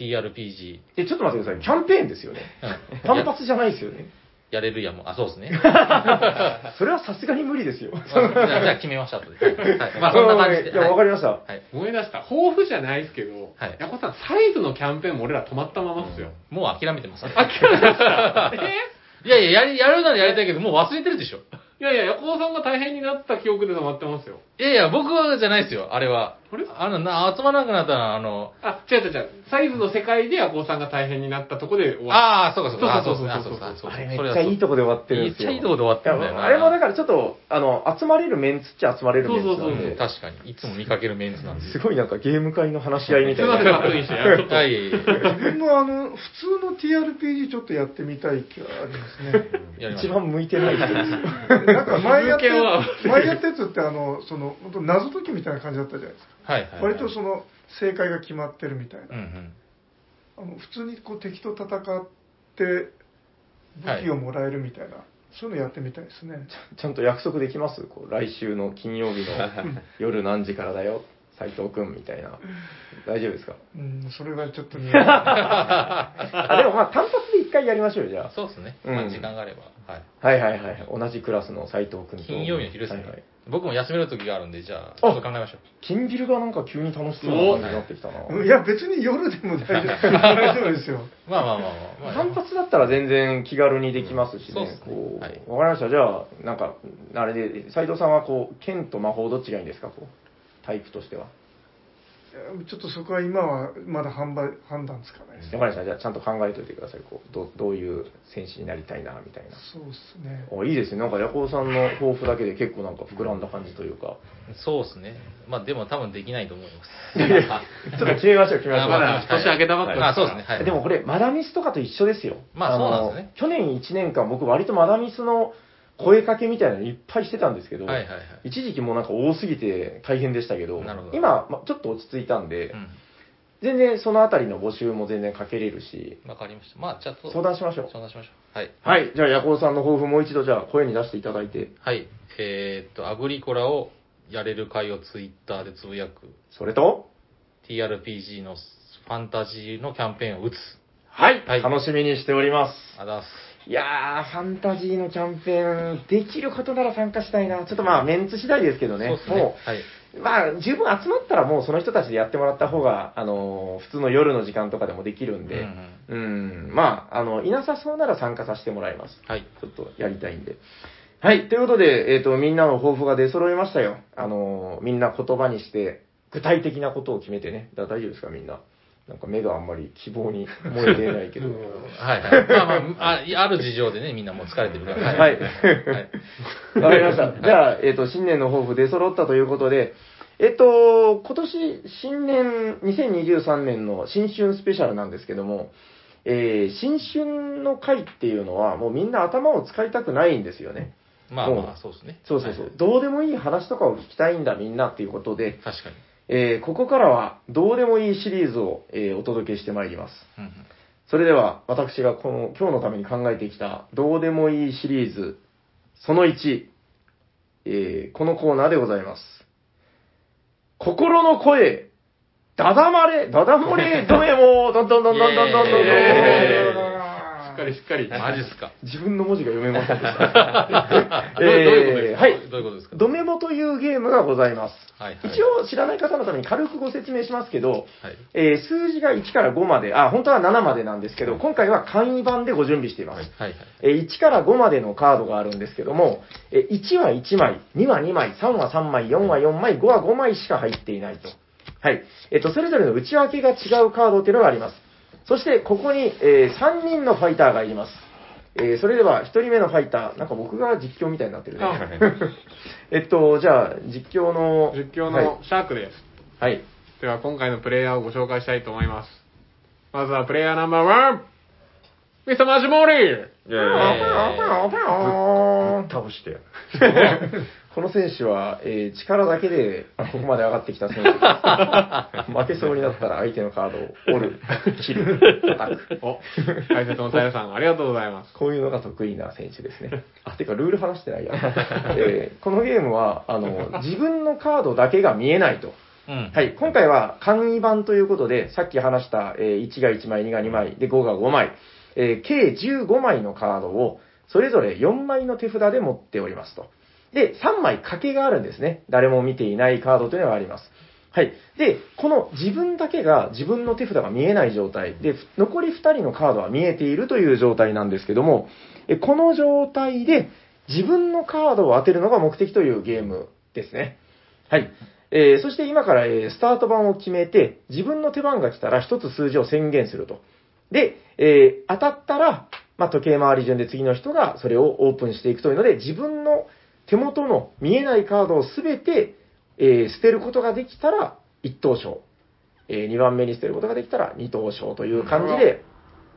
TRPG、え、ちょっと待ってください。キャンペーンですよ ね。うん単発じゃないですよね。やれるやも、あ、そうですね。それはさすがに無理ですよ。まあじゃあじゃあ決めましたとで。はい。まあそんな 感じで。いや、わはかい。りました。はい思い出した。豊富じゃないですけど、はいヤコさん、サイズのキャンペーンも俺ら止まったままっすよ。もう諦めてます。え いやいや、やりやるならやりたいけど、もう忘れてるでしょ。いやいや、ヤコさんが大変になった記憶で止まってますよ。いやいや、僕はじゃないですよ、あれは。あれあの、な集まらなくなったのは、あの、あ、違う違う違う。サイズの世界でヤコさんが大変になったとこで終わっああ、そうかそうか、あそうそうあそうそうそうそうそうあそれれめっはちそゃういいとこで終わってるんめでっすちよ。ゃいいとこで終わってるんだよいな。やあれもだからちょっと、あの、集まれるメンツっちゃ集まれるメンツなんで、そうそうそううん確かに。いつも見かけるメンズなんですすよ。ごいなんかゲーム会の話し合いみた。すたいいません、な。悪いし。い やちょっとはいいやいやい自分もあの、普通の TRPG ちょっとやってみたい気がありますね。ややりまし一ょう番向いてない人ですよ。なんか前やって続けは、前やったやつって、あの、その、本当謎解きみたいな感じだったじゃないですか。はいはいはい。割とその、正解が決まってるみたいうんな。うん。あの普通にこう敵と戦って、武器をもらえるみたいな、そういうのやってみたいですね。ちゃんと約束できますこう来週の金曜 日の夜何時からだよ、斉藤君みたいな。大丈夫ですかうん、それはちょっ と似合あでもまあ単発で一回やりましょうよじゃあ。そうですね。うんまあ時間があれば。はい。はいはいはい。同じクラスの斉藤君と。金曜日の昼ですね。はいはい僕も休める時があるんで、じゃあ、ちあょっと考えましょう。金ビルがなんか急に楽しそうな感じになってきたな。う。いや、別に夜でも大丈夫大丈夫ですよ。まあまあまあまあ。まあ単発だったら全然気軽にできますしうんそうっねすね。こうはいわかりました。じゃあ、なんか、あれで、斉藤さんはこう、剣と魔法どっちがいいんですかこう、タイプとしては。いやちょっとそこは今はまだ判断判断つかないですね。わかりました。じゃあ、ちゃんと考えておいてください。こう、どどういう選手になりたいな、みたいな。そうですね。あいいですね。なんか、ヤコウさんの抱負だけで結構なんか膨らんだ感じという か。そうですね。まあでも多分できないと思います。 ちょっと決めましょう、決めましょう。まだ年明けたばっかはりいまあそうですね。はい。でもこれ、マダミスとかと一緒ですよ。まあのそうなんですね去年1年間、僕、割とマダミスの声かけみたいなのいっぱいしてたんですけど、はいはいはい。一時期もうなんか多すぎて大変でしたけど、なるほど今、まちょっと落ち着いたんで、う全然そのあたりの募集も全然かけれるし、ん。わかりました。まあじゃあ、相談しましょう相談しましょう。はい。はい、じゃあ、ヤコウさんの抱負、もう一度、じゃあ、声に出していただいて、はい。えーっと、アグリコラをやれる会をツイッターでつぶやく。それと、 TRPG のファンタジーのキャンペーンを打つ。はい、はい楽しみにしております。あざっす。いやー、ファンタジーのキャンペーン、できることなら参加したいな。ちょっとまあ、メンツ次第ですけどね、そうですね。もう、はい。まあ、十分集まったらもうその人たちでやってもらった方が、あのー普通の夜の時間とかでもできるんで、うんうん、まあ、あの、いなさそうなら参加させてもらいます。はい。ちょっとやりたいんで。はい、ということで、えっ、と、みんなの抱負が出揃いましたよ。あのーみんな言葉にして、具体的なことを決めてね。だ大丈夫ですか、みんな。なんか目があんまり希望に燃えていないけど。はいはい。まあまあ、あいある事情でね、みんなもう疲れてるから。はい。わ、はいかりました。じゃあ、えっ、と、新年の抱負出揃ったということで、えっ、と、今年、新年、2023年の新春スペシャルなんですけども、えー新春の会っていうのは、もうみんな頭を使いたくないんですよね。まあまあ、そうですね。 そうそうそう。はいどうでもいい話とかを聞きたいんだ、みんなっていうことで、確かに。えーここからは、どうでもいいシリーズを、えーお届けしてまいります。うんそれでは私がこの今日のために考えてきたどうでもいいシリーズその1、えーこのコーナーでございます。心の声、ダダまれ、ダダ漏れ、どめも、どんどんどんどんどんどんどんどんイエーイしっかりしっかり。うんマジっすか。自分の文字が読めませんでした。 どういうえーはいことですかどういうことですかドメモというゲームがございます。はいはい。一応知らない方のために軽くご説明しますけど、はい。えー数字が1から5まで、あ、本当は7までなんですけど、今回は簡易版でご準備しています。はいはい。えー1から5までのカードがあるんですけども、えー1は1枚、2は2枚、3は3枚、4は4枚、5は5枚しか入っていないと。はい。えっ、と、それぞれの内訳が違うカードというのがあります。そして、ここに、え3人のファイターがいます。えーそれでは、1人目のファイター、なんか僕が実況みたいになってるね。 えっと、じゃあ、実況の、実況はいのシャークです。はいでは今回のプレイヤーをご紹介したいと思います。まずはプレイヤーナンバーワンミスターマジモーリーいやいやいや 倒してやる。この選手は、えー力だけであここまで上がってきた選手です。負けそうになったら相手のカードを折る、切る、叩く。お、解説の平さんありがとうございます。こういうのが得意な選手ですね。あ、てかルール話してないや。えーこのゲームはあの、自分のカードだけが見えないと。うん。はい、今回は簡易版ということで、さっき話した、えー1が1枚、2が2枚、で5が5枚、えー計15枚のカードを、それぞれ4枚の手札で持っておりますと。で、3枚掛けがあるんですね。誰も見ていないカードというのがあります。はい。で、この自分だけが自分の手札が見えない状態で、残り2人のカードは見えているという状態なんですけども、えこの状態で自分のカードを当てるのが目的というゲームですね。はい。えーそして今から、えースタート番を決めて、自分の手番が来たら一つ数字を宣言すると。で、えー当たったら、まあ、時計回り順で次の人がそれをオープンしていくというので、自分の手元の見えないカードをすべて、えー捨てることができたら1等賞。え2番目に捨てることができたら2等賞という感じで、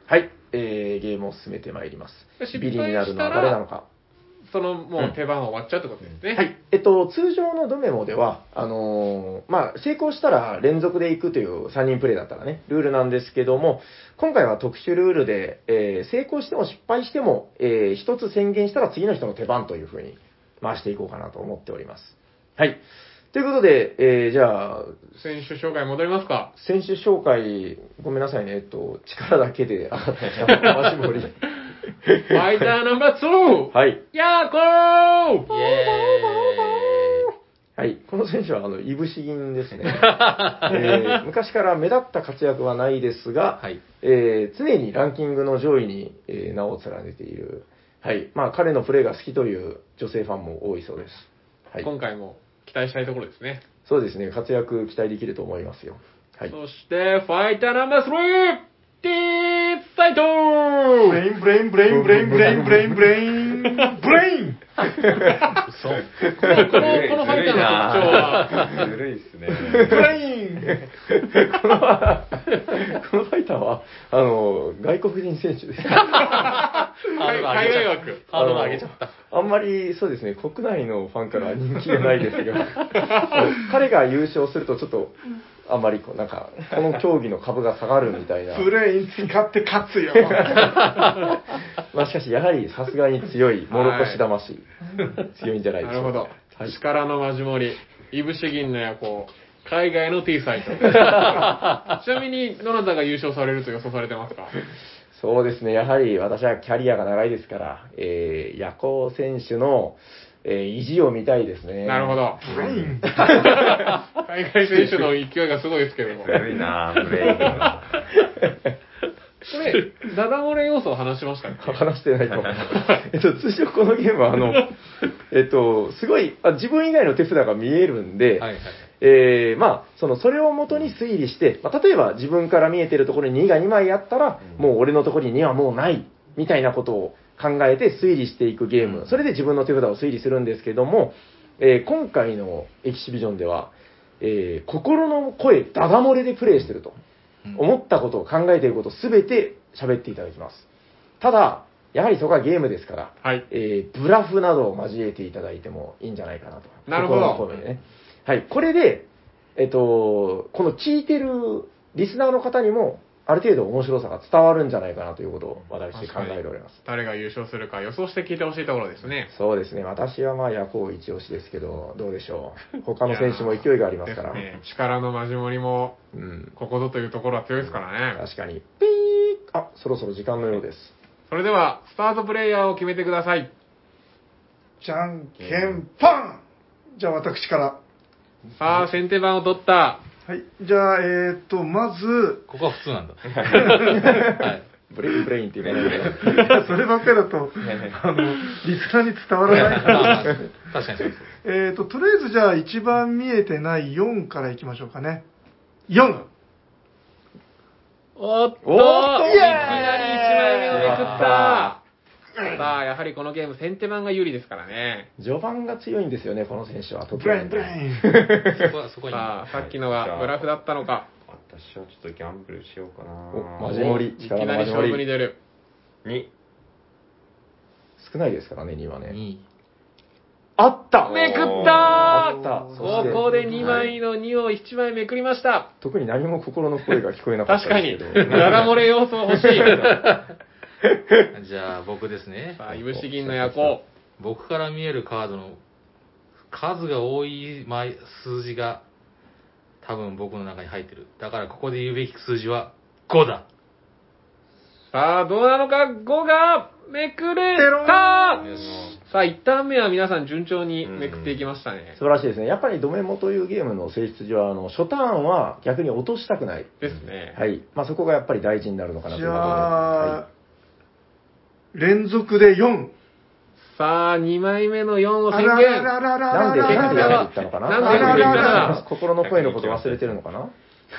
はい、えーゲームを進めてまいります。失ビリに敗なるしのたは誰なのら、か。その、もう手番は終わっちゃうってことですね。はい。えっと、通常のドメモでは、あのーまあ、成功したら連続で行くという3人プレイだったらね、ルールなんですけども、今回は特殊ルールで、えー成功しても失敗しても、えー一つ宣言したら次の人の手番というふうに回していこうかなと思っております。はい。ということで、えーじゃあ、選手紹介戻りますか。選手紹介、ごめんなさいね、えっと、力だけで上がったじゃ ん、マシモリ。フ ァイターナンバー 2! はい。やーこイエはい、この選手は、あの、いぶし銀 ですね、えー昔から目立った活躍はないですが、ーイはい。えー常にランキングの上位に、えー名を連ねている、はい、まあ、彼のプレーが好きという女性ファンも多いそうです。はーい、今回も期待したいところですね。そうですね、活躍期待できると思いますよ。はい。そして、ファイターナンバー 3! ティーサイトブレイン、ブレイン、ブレイン、ブレイン、ブレイン、ブレイン、ブレイン、ブレインそう。この、この、このファイターの特徴は、ずるいっすね。ブレイン この このファイターは、あの、外国人選手です。海海外枠。ハードル上げちゃった。あんまりそうですね、国内のファンから人気がないですが、 彼が優勝するとちょっと、あんまりこう、なんか、この競技の株が下がるみたい な。ブレイン使って勝つよ。まあしかし、やはりさすがに強い、もろこし魂、強いんじゃないでなし るょほうか。ど。力のマジモリ、イブシギンの夜行、海外の T サイト。ちなみに、どなたが優勝されると予想されてますかそうですね、やはり私はキャリアが長いですから、えー、夜行選手の、えー意地を見たいですね。なるほど。ブレイン海外選手の勢いがすごいですけども。ずるいなブレインは。これ、ダダ漏れ要素を話し ましたっけ話してないと。えっと、通常このゲームは、あ の、えっと、すごいあ、自分以外の手札が見えるんで、はいはい。えーまあ、その、それをもとに推理して、まあ、例えば自分から見えてるところに2が2枚あったら、うんもう俺のところに2はもうない、みたいなことを考えて推理していくゲーム、うんそれで自分の手札を推理するんですけども、えー今回のエキシビジョンでは、えー心の声、ダダ漏れでプレイしてると。うん思ったことを考えていることすべて喋っていただきます。ただ、やはりそこはゲームですから、はい。えーブラフなどを交えていただいてもいいんじゃないかなと。なるほど心の声でね。はい。これで、えっと、この聞いてるリスナーの方にも、ある程度面白さが伝わるんじゃないかなということを私考えております。誰が優勝するか予想して聞いてほしいところですね。そうですね。私はまあ夜行一押しですけど、どうでしょう。他の選手も勢いがありますから。ですね。力のマジモリも、うん。ここぞというところは強いですからね。確かに。ピーあ、そろそろ時間のようです。それでは、スタートプレイヤーを決めてください。じゃんけんパンじゃあ私から。さあ、先手番を取った。はい。じゃあ、えーっと、まず、ここは普通 なんだ。はい。ブレインブレインっていうもので。そればっかりだと、あの、リスナーに伝わらないから。まあまあ確かにそうです。えーと、とりあえずじゃあ一番見えてない4からいきましょうかね。4! おっといきなおっとり1枚目をめくったあさあ、やはりこのゲーム、先手番が有利ですからね。序盤が強いんですよね、この選手は。ブレインブレインそこは、そこに。さあ、さっきのがブラフだったのか。私はちょっとギャンブルしようかおなマジモリ、いきな力のマジりモ勝負にリ。出る。に、少ないですからね、2はね。にあっためくっあったたそこしてこで2枚の2を1枚めくりました。特に何も心の声が聞こえなかっ確たかでに、すけど。ダダ漏れ要素欲し い。じゃあ、僕ですね。さあ、いぶし銀の夜行。僕から見えるカードの数が多い枚数字が多分僕の中に入ってる。だからここで言うべき数字は5だ。さあ、どうなのか、5がめくれたよしさあ、1ターン目は皆さん順調にめくっていきましたね素。晴らしいですね。やっぱりドメモというゲームの性質上、あの、初ターンは逆に落としたくない。ですね。はい。まあ、そこがやっぱり大事になるのかなとじいうことで。ゃはあ、連続で4。さあ、2枚目の4をあ宣らら言。らららい。らなんで、らなんでらやらっていったのかななんでやっていったのかなあ心の声のこと忘れてるのかな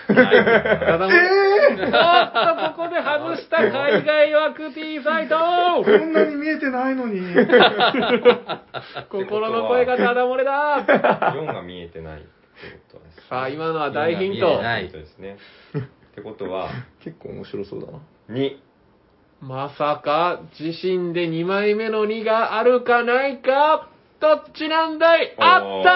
ダダ漏れおっと、ここで外した海外枠 T サ イトこんなに見えてないのに。心の声がダダ漏れだ4が見えてないってことです。さあ、今のは大ヒ今ン見えトて。ないそうですね。ってことは、結構面白そうだな。 2、まさか、自身で2枚目の2があるかないか、どっちなんだいあったおーすごいこれ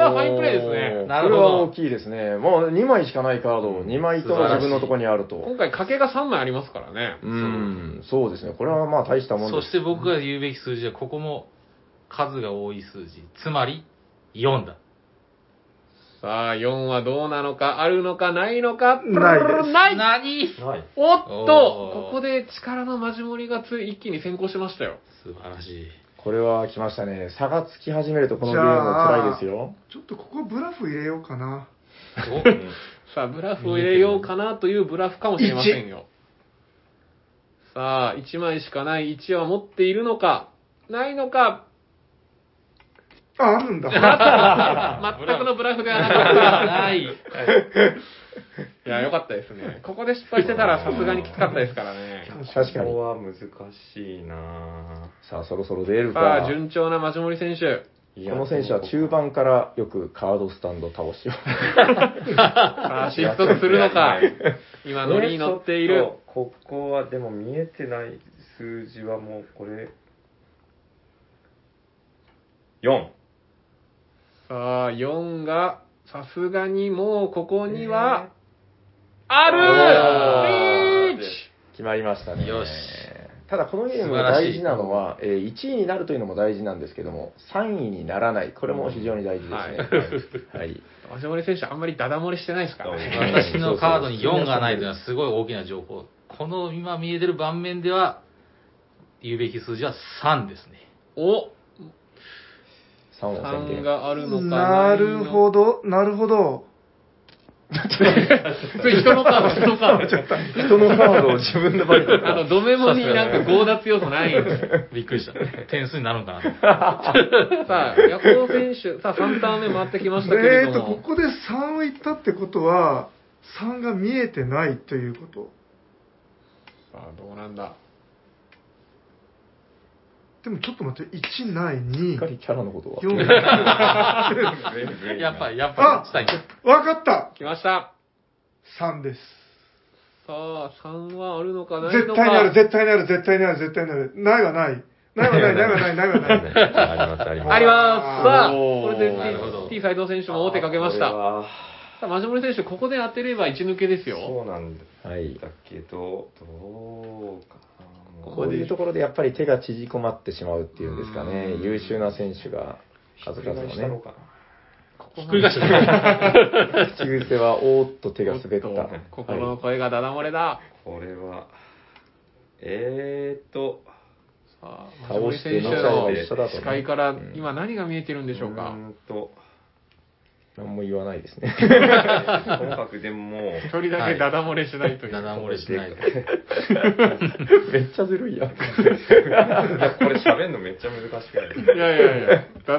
はファインプレーですおーね。なるほこどれは大きいですね。もう2枚しかないカード、2枚とも自分のとこにあると。今回、賭けが3枚ありますからね。うん、そうですね。これはまあ大したもんそでしす。て僕が言うべき数字は、ここも数が多い数字。つまり、4だ。さあ、4はどうなのか、あるのか、ないのか、ないですない何はい。おっとおーここで力のマジモリがつい一気に先行しましたよ。素晴らしい。これは来ましたね。差がつき始めるとこのゲーム辛いですよ。ちょっとここブラフ入れようかな。 さあ、ブラフを入れようかなというブラフかもしれませんよ。さあ、1枚しかない1は持っているのか、ないのか、あ、あるんだ。全くのブラフではなかった。 ない。いや、よかったですね。ここで失敗してたらさすがにきつかったですからね。確かこにこ。は難しいなさあ、そろそろ出るさかあ、。順調なマジモリ選手。ぁこの選手は中盤からよくカードスタンド倒しを。 さあ、失速するのか。今、乗りに乗っていえーるち。ょっとここはでも見えてない数字はもうこれ4さあ、4が、さすがにもうここには、ああるるリーチ決まりましたね。よしただこのゲームの大事なのは、えー1位になるというのも大事なんですけども、3位にならない。これも非常に大事ですね。はい。マジモリ選手あんまりダダ漏れしてないですからね。私のカードに4がないというのはすごい大きな情報。この今見えてる盤面では、言うべき数字は3ですね。お3を宣3言。があるのかなるほど。ど、なるほど。それ人のカード、人のカード。人のカードを自分の場に取ったあの、ドメモになんか強奪要素ないんですよびっくりした。点数になるのかなと思ってさあ、ヤコウ選手、さあ、3ターン目回ってきましたけれえーどと、こも、こで3をいったってことは、3が見えてないということ。さあ、どうなんだ。でもちょっと待って、1ない、2、しっかりキャラのことは。 4。やっぱ、やっぱ、したいんだ。わかった来ました。 !3 です。さあ、3はあるのかないの絶か。対にある、絶対にある、絶対にある、絶対にある。ないはない。ないはない、ないはない、ないはなあい。りますあり あります。さあ、これでなるほど T 斎藤選手も王手かけましあーこれた。はさあ、マジモリ選手、ここで当てれば一抜けですよ。そうなんだはい。けどどうかなこここうでいうところでやっぱり手が縮こまってしまうっていうんですかね。優秀な選手が数々のひっくり返したろうね。かなひっくり返した。口癖は、おーっと手が滑った。おっと心の声がダダ漏れだ。これはえーとさあ、倒マジモリして選み手たらの一緒だと、視界ね。から今何が見えてるんでしょうかう。ーんと何も言わないですね。とにかくでももう一人だけダダ漏れしないという。ダダ漏れしない。めっちゃずるいやん。これ喋るのめっちゃ難しくないいやいやいや、ダ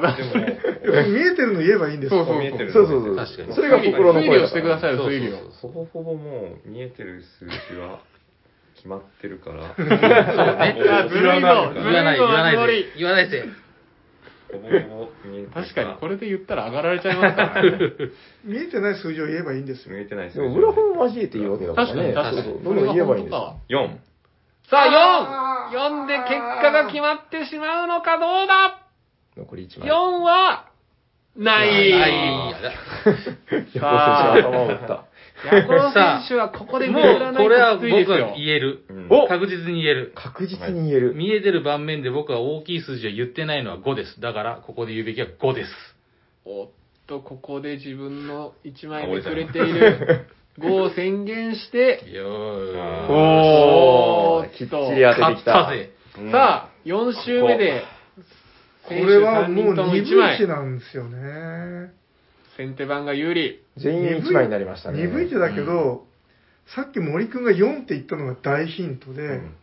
ダ。でももう 見えてるの言えばいいんですそうそう見えてるそうそう確かそう。にそれが心の推理声をだしかてくだら。さいよ、そうそ推う理そをう。ほぼほぼもう見えてる数字は決まってる から、 あずるいぞ、言わずなるい、言いわぞ、マジモないリで。。言わないで。ほぼほぼ見えてるら確かに、これで言ったら上がられちゃいますから ね。見えてない数字を言えばいいんですよ。見えてないでも裏本を交えて言うわけだから確かね。に、確かそうに。そうどんどん言えばいいんこれが本当ですよ。か4。さああ、ー 4!4 で結果が決まってしまうのかどうだ残り1枚。 4は、な。ないい。ヤコウ選手頭を打った。ヤコウ選手はここで見もらう、ないことれはきついです僕はよ言。える。うんお確実に言える。確実に言える。見えてる盤面で僕は大きい数字を言ってないのは5です。だから、ここで言うべきは5です。おっと、ここで自分の1枚めくれている5を宣言して、よーい。おーきっちり当勝ててっきたた。ぜ。さあ、4周目で、これはもう選手三人とも二一分枚一なんですよね。先手番が有利。全員1枚になりましたね。鈍い手だけど、さっき森くんが4って言ったのが大ヒントで、うん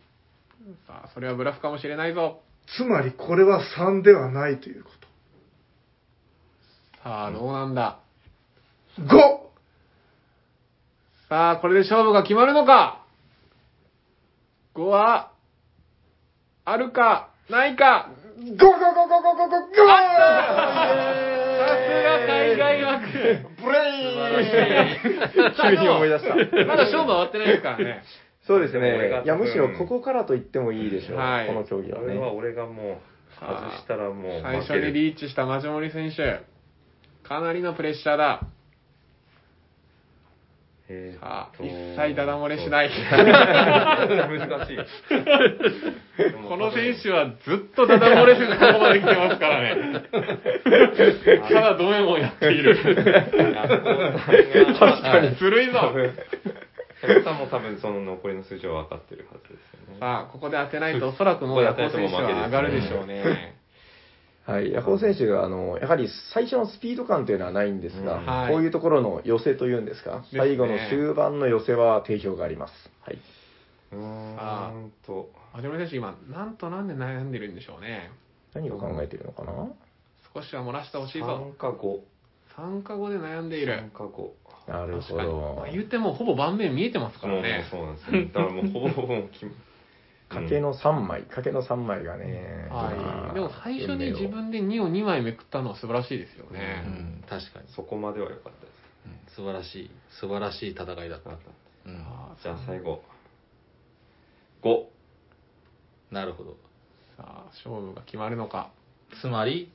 さあ、それはブラフかもしれないぞ。つまりこれは3ではないというこさあ、どうなんだ。と。5! さあ、これで勝負が決まるのか ?5 は、あるか、ないか。 5 5 5 5 5 5 5 5さすが海外枠。ブレイン急に思い出した。まだ勝負は終わってないですからね。そうですでも俺がね。いや、むしろうんここからと言ってもいいでしょう。はいこの競技はこれね。は俺がもう外したらもう最負初けにるリーチしたマジモリ選手。かなりのプレッシャーだ。えーさっあ、と一切ダダ漏れしない。難しい この選手はずっとダダ漏れせずここまで来てますから ね。ただドメもやってい る。確かにずるいぞ。皆さんも多分その残りの数字は分かってるはずですよねさあ、ここで当てないとおそらくもうヤコウ選手は上がるでしょうね。はい、ヤコウ選手があのやはり最初のスピード感というのはないんですが、うんはいこういうところの寄せというんですか、すね最後の終盤の寄せは定評があります。はい、うーんとマジモリ選手今、なんとなんで悩んでるんでしょうね。何を考えているのかな、少しは漏らしてほしいぞ。 3か5 3か5で悩んでいる3。か5なる確ほかに。どまあ、。言うてもほぼ盤面見えてますかもらうね。そうなんです よねだからもうほぼほぼ決ま賭けの3枚、賭けの3枚がね、まはあい。でも最初に自分で2を2枚めくったのは素晴らしいですようね。ん、確かに。そこまでは良かったですうん素晴らしい、素晴らしい戦いだったな。かっうん、あたじゃあ最後5なるほど。さあ、勝負が決まるのか。つまり、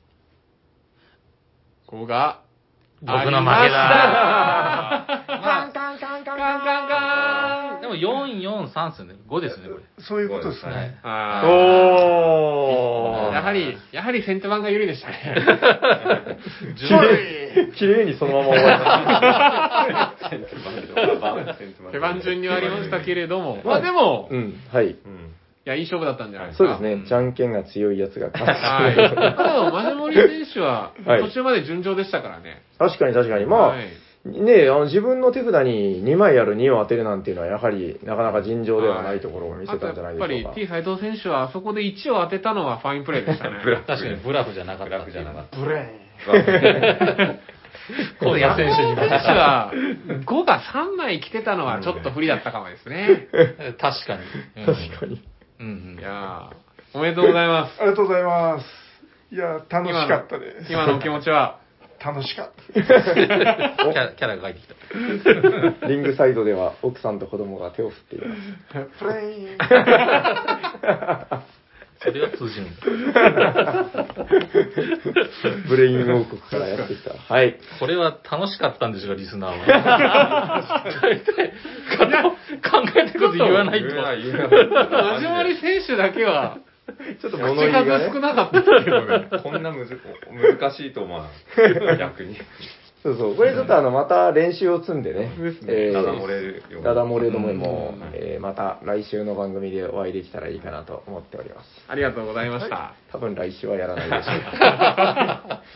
ここが、僕ありの負けまだ。まあ、カンカンカンでも443ですよね。5ですね、これ。そういうことですね。はいあーおーやはり、やはり先手番が有利でしたね。 綺麗にそのまま終わりまし手番順にはありましたけれれども。まあでも、た。ういん、はい。どうんや、いい勝負だったんじゃないですそうでか。すうんね、じゃんけんが強いやつが勝 つ。はい。ただ、マジモリ選手は、はい途中まで順調でしたからね。確かに確かに。まあ、はいねえ、あの自分の手札に2枚ある2を当てるなんていうのは、やはりなかなか尋常ではないところを見せたんじゃないでしょあとうやか。っぱり T 斎藤選手はあそこで1を当てたのはファインプレーでしたね。確かにブラフじゃなかった。ラフじゃなかっったブレた。今野選手に 選手も。は5が3枚来てたのはちょっと不利だったかもです ね。確かに。うん確かに。うんうんい。やーおめでとうございーま。ン。ありがとうございます。いや、楽しかったです今のお気持ちは。す。楽しかった。キャラキャラが入ってきた。リングサイドでは奥さんと子供が手を振っています。プレイン。それが通じるんだ。ブレイン王国からやってきた。はい。これは楽しかったんでしょうか、リスナーは。大体、考えたこと言わないと。言えない言えないマジモリ選手だけは、ちょっと口物言いが数少ね。なかったけどね。こんなむず難しいと思わない逆にそうそう。これちょっとあの、また練習を積んでね。えーダダ漏れるようにダダ漏れどももうん、えーまた来週の番組でお会いできたらいいかなと思っております。ありがとうございました。多分来週はやらないでしょうか。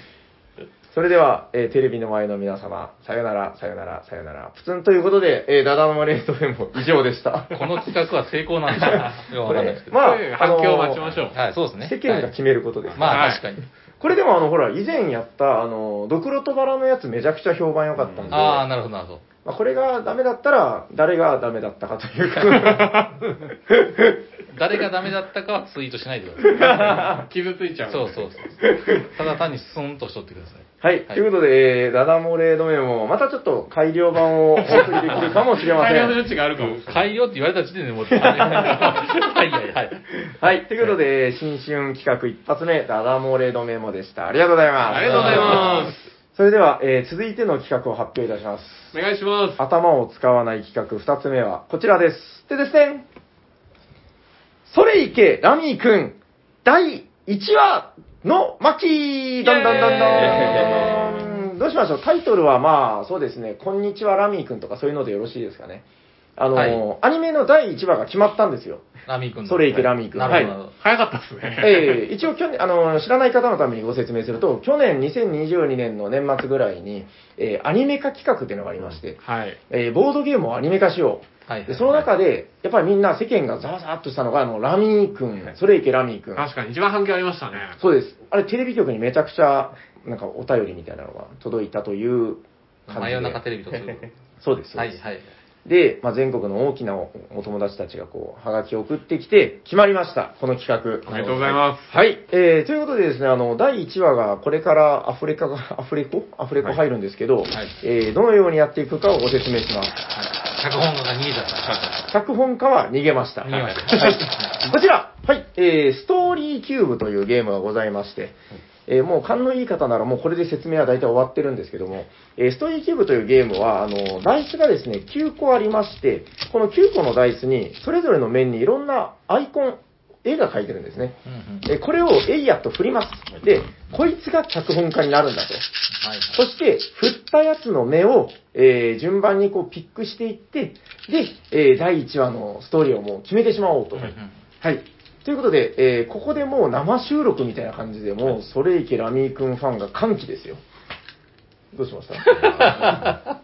それでは、えーテレビの前の皆様、さよなら、さよなら、さよなら。プツンということで、えー、ダダのマレートでも以上でした。この企画は成功なんでしょうか。よくわこかんないでれすけ、ど。まあ、あの反響を待ちましょう。はい、そうですね。世間が決めることです、まはあい確かに。これでも、あの、ほら、以前やった、あの、ドクロとバラのやつめちゃくちゃ評判良かったんで、ああ、なるほど、なるほど。まあ、これがダメだったら、誰がダメだったかというか、誰がダメだったかはツイートしないでくだ傷ついちさゃう。い。そうそうそう。ただ単にスンとしとってください。はい、ということで、えーダダ漏れ止めも、またちょっと改良版をお送りできるかもしれませ改良ん。の余地があるかも。改良って言われた時点でもう、はいはいはい。はい、ということで、えー新春企画一発目、ダダ漏れ止めもでした。ありがとうございます。。ありがとうございますそれでは、えー続いての企画を発表いたします。す。お願いします。頭を使わない企画二つ目はこちらです。でですね、それいけラミーくん第1話の巻どんどんどんどんどうしましょうタイトルはまあそうですね、こんにちはラミーくんとかそういうのでよろしいですかね。あの、はいアニメの第1話が決まったんですよ。ラミー君のそれいけラミー君なるほど、なるほ早かったですね。ええ一応去年あの、知らない方のためにご説明すると、去年2022年の年末ぐらいに、えーアニメ化企画っていうのがありまして、はい。えーボードゲームをアニメ化しよう。ど。はい。でその中で、やっぱりみんな世間がざわざわっとしたのが、あの、ラミー君、それいけラミー君。確かに一番反響ありましたね。そうです。あれ、テレビ局にめちゃくちゃ、なんかお便りみたいなのが届いたという感じで。真夜中テレビとかそういうこ そうです。と。そうはでいすはい。で、まあ、全国の大きなおお友達たちがこう、はがきを送ってきて、決まりました、この企画。おめでとうございます。はい、えー、ということでですね、あの、第1話が、これからアフレカが、アフレコアフレコ入るんですけど、いえー、どのようにやっていくかをご説明します。脚本家が逃げちゃった。脚本家は逃げました。逃げましたはい、こちら、はい、えー、ストーリーキューブというゲームがございまして、えーもう勘のいい方ならもうこれで説明は大体終わってるんですけども、えーストーリーキューブというゲームは、あの、ダイスがですね、9個ありまして、この9個のダイスに、それぞれの面にいろんなアイコン、絵が描いてるんですね。うんうん。えーこれをエイヤと振ります。で、こいつが脚本家になるんだと。はい。そして、振ったやつの目を、えー順番にこうピックしていって、で、えー第1話のストーリーをもう決めてしまおうと。うんうはんい。ということで、えーここでもう生収録みたいな感じで、もう、ソレイケラミー君ファンが歓喜ですよ。どうしました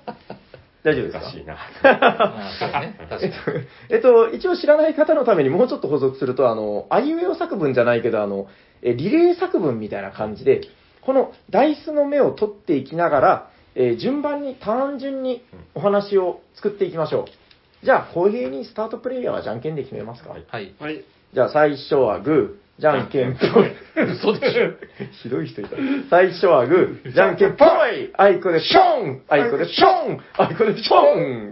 大丈夫ですおかかしいな。あそうね。確かに。えっと、 一応知らない方のためにもうちょっと補足すると、あの、あいうえお作文じゃないけど、あの、えリレー作文みたいな感じで、このダイスの目を取っていきながら、えー順番に単純にお話を作っていきましょう。じゃあ、公平にスタートプレイヤーはじゃんけんで決めますか、はい。はい。じゃあ、最初はグー、じゃんけんぽい。嘘でしょ。 ひどい人いた。最初はグー、じゃんけんぽいあいこでションあいこでションあいこでショ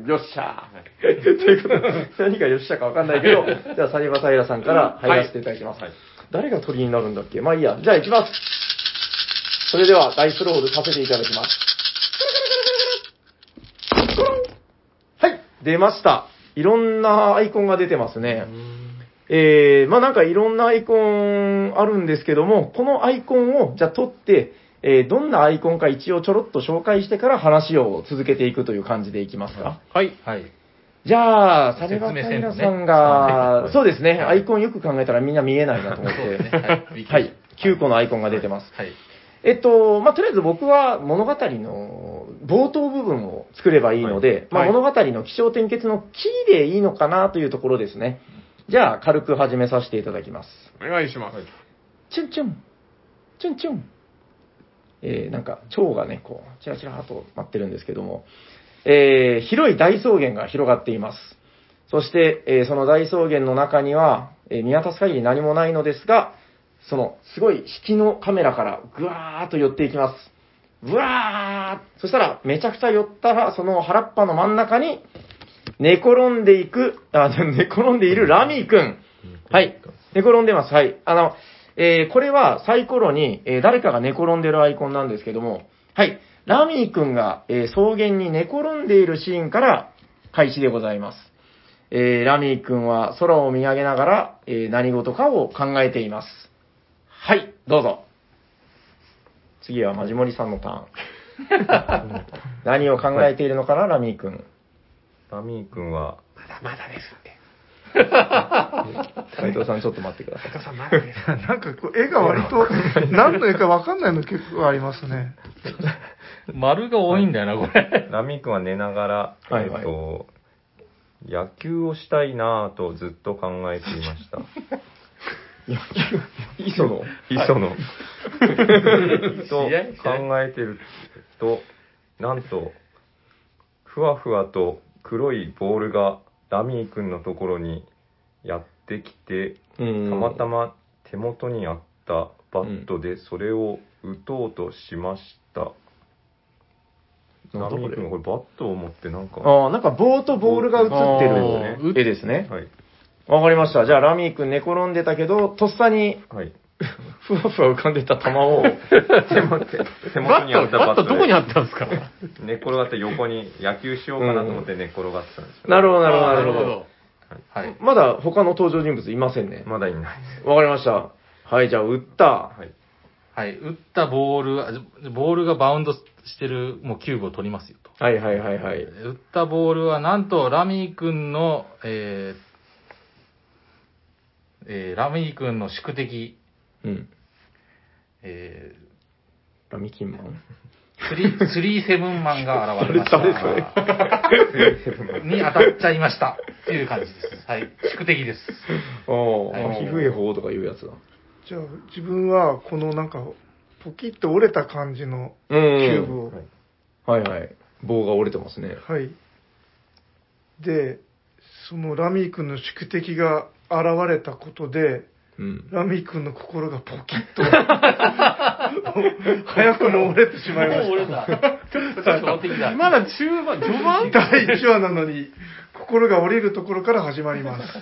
ンよっしゃー ということで、何がよっしゃかわかんないけど、じゃあサニバサイラさんから入らせていただきます。誰が鳥になるんだっけまあいいや。じゃあ行きます。それでは、ダイスロールさせていただきます。はい、出ました。いろんなアイコンが出てますね。えー、まあなんかいろんなアイコンあるんですけども、このアイコンをじゃあ取って、えーどんなアイコンか一応ちょろっと紹介してから話を続けていくという感じでいきますか。はい。はい。じゃあ、サネ説明バせカイんとねラさんが、そうですね、はアいイコンよく考えたらみんな見えないなと思っそうですねて、ははいい、9個のアイコンが出てます。はい。えっと、まあ、とりあえず僕は物語の冒頭部分を作ればいいので、まはいあ、物語の気象転結のキーでいいのかなというところですね。じゃあ、軽く始めさせていただきます。お願いします。チュンチュン、チュンチュン。えー、なんか、蝶がね、こう、チラチラーと舞ってるんですけども、えー、広い大草原が広がっています。そして、えーその大草原の中には、えー見渡す限り何もないのですが、その、すごい引きのカメラからぐわーっと寄っていきます。ぐわーそしたら、めちゃくちゃ寄ったら、その原っぱの真ん中に、寝転んでいく、あ、寝転んでいるラミーくん。はい。寝転んでます。はい。あの、えーこれはサイコロに、えー誰かが寝転んでるアイコンなんですけども、はい。ラミーくんが、えー草原に寝転んでいるシーンから開始でございます。えーラミーくんは空を見上げながら、えー何事かを考えています。はい、どうぞ。次はマジモリさんのターン。 何を考えているのかな、ラミーくん。ラミー君は、まだまだですって。斉藤さん、ちょっと待ってください。高さんまだです。 なんかこう、絵が割と、 何の絵かわかんないの結構ありますね。丸が多いんだよな、これ。ラミー君は寝ながら、はいはえいっと、野球をしたいなぁとずっと考えていました。磯野。と磯野。知り合い知り合い考えてると、なんと、ふわふわと黒いボールがラミー君のところにやってきて、たまたま。ま手元にあったバットでそれを打とうとしました。ラなんだミこーれ君、これバットを持ってなんか、はああ、なんか棒とボールが映ってる絵ですね。い、わかりました。じゃあ、ラミーくん寝転んでたけど、とっさに、はい。ふわふわ浮かんでた球 を、手元手元バッにあっト、たババッットトでどこにあったんですか寝っ転がって横に野球しようかなと思って寝っ転がってたんですよ。なるほど、なるほど、あなーるほど。。はい。まだ他の登場人物いませんね。ま だいないです。わかりました。はい、じゃあ、打った。はい。はい。打ったボール、あボールがバウンドしてる、もうキューブを取りますよと。はいはいはいはい。打ったボールは、なんと、ラミー君の、えーえーラミー君の宿敵、うん。えーラミキンマン。スリー、スリーセブンマンが現れました。誰それ に当たっちゃいました。っていう感じです。はい。宿敵です。おはいー、皮膚絵法とかいうやつだ。じゃあ、自分は、このなんか、ポキッと折れた感じのうキん。ューブを。はいはい。棒が折れてますね。はい。で、そのラミー君の宿敵が現れたことで、 うん。ラミー君の心がポキッ と早くも折れてしまいまもうし折 れた。ちょっと持ってきた。まだ中盤、序盤た第1話なのに心が折れるところから始まります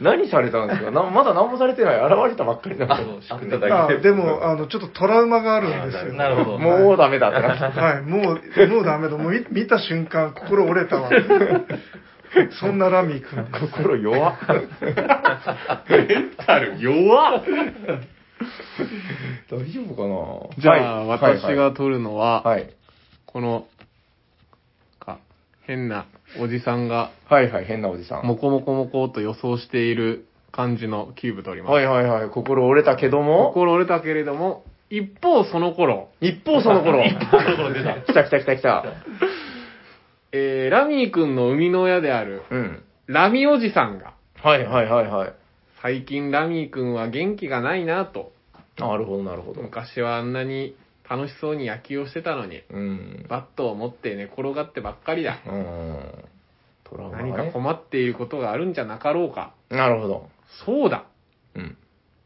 何されたんですかなまだ何もされてない。現れたばっかりなのに。あ仕組んだだけあでもあのちょっとトラウマがあるんですよなるほど。もうダメだってなった。はい、もう、もうダメだ。もう見見た瞬間、心折れた わ。そんなラミー君です。心弱っ。ある。弱っ。大丈夫かなじゃあ、私がは撮るのは、い。この、か、変なおじさんが、はいはい、変なおじさん。もこもこもこと予想している感じのキューブ撮ります。はいはいはい、心折れたけども、心折れたけれども、一方その頃、一方その 頃。一方のところ出た。来た来た来た来た。えー、ラミー君の生みの親である、うん。ラミおじさんが、はいはいはいはい。最近ラミー君は元気がないなと、なるほどなるほど。昔はあんなに楽しそうに野球をしてたのに、うん。バットを持って寝転がってばっかりだ。うん。トラウマ何かね。困っていることがあるんじゃなかろうか。なるほど。そうだうん。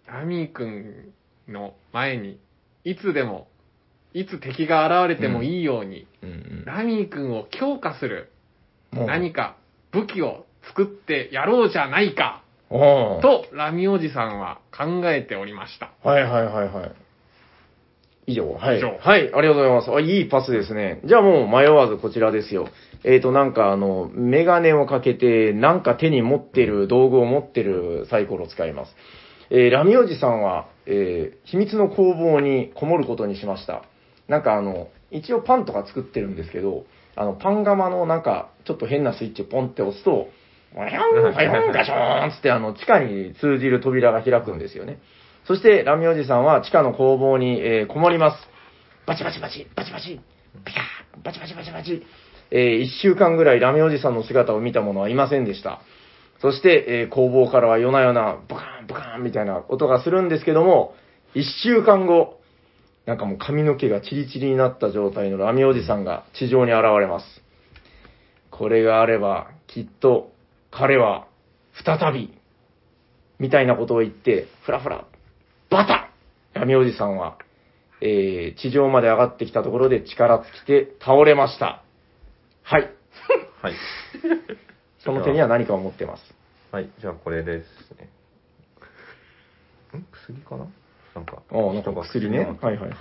ラミー君の前に、いつでも、いつ敵が現れてもいいように、うんラミー君を強化するうん。何か武器を作ってやろうじゃないか、おと。とラミおじさんは考えておりました。はいはいはいはい。以上。はい。以上はい、ありがとうございます。あ、いいパスですね。じゃあもう迷わずこちらですよ。えっ、と、なんかあの、メガネをかけて、なんか手に持ってる、道具を持ってるサイコロを使います。えーラミおじさんは、えー秘密の工房にこもることにしました。なんかあの、一応パンとか作ってるんですけど、あの、パン窯のなんか、ちょっと変なスイッチをポンって押すと、ワヤン、ワヤン、ガショーンつって、あの、地下に通じる扉が開くんですよね。そして、ラミおじさんは地下の工房に、えーこもります。バチバチバチ、バチバチ、ピカー、バチバチバチバチ。えー一週間ぐらいラメおじさんの姿を見た者はいませんでした。そして、えー工房からは夜な夜な、ブカーン、ブカーンみたいな音がするんですけども、一週間後、なんかもう髪の毛がチリチリになった状態のラミおじさんが地上に現れます。これがあれば、きっと、彼は、再び、みたいなことを言って、ふらふら、バタッラミおじさんは、えー、地上まで上がってきたところで力尽きて倒れました。はい。はい。その手には何かを持ってます。はい、じゃあこれですね。ん薬かななんか、ああ、なんか薬ね。人がはいはいはい。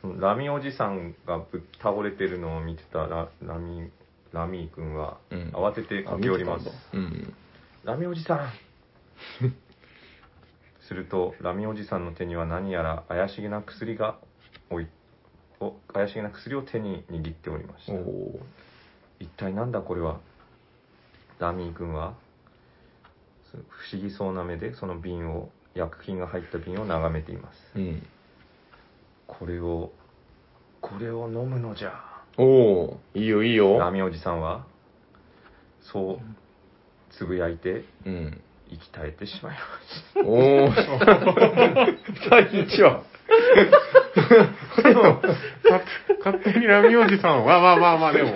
そのラミおじさんがぶっ倒れてるのを見てたララミ、ラミー君はうん慌てて駆け寄ります。あ見てたんだうん。ラミおじさん すると、ラミおじさんの手には何やら怪しげな薬がおい、お怪しげな薬を手に握っておりました。お一体なんだこれはラミー君は不思議そうな目でその瓶を薬品が入った瓶を眺めていますーうん。これをこれを飲むのじゃおー、いいよいいラよ。ミおじさんはそうつぶやいてうん。息絶えてしまいましおー。第一話。勝手にラミおじさ んは、まあまあまあでも、い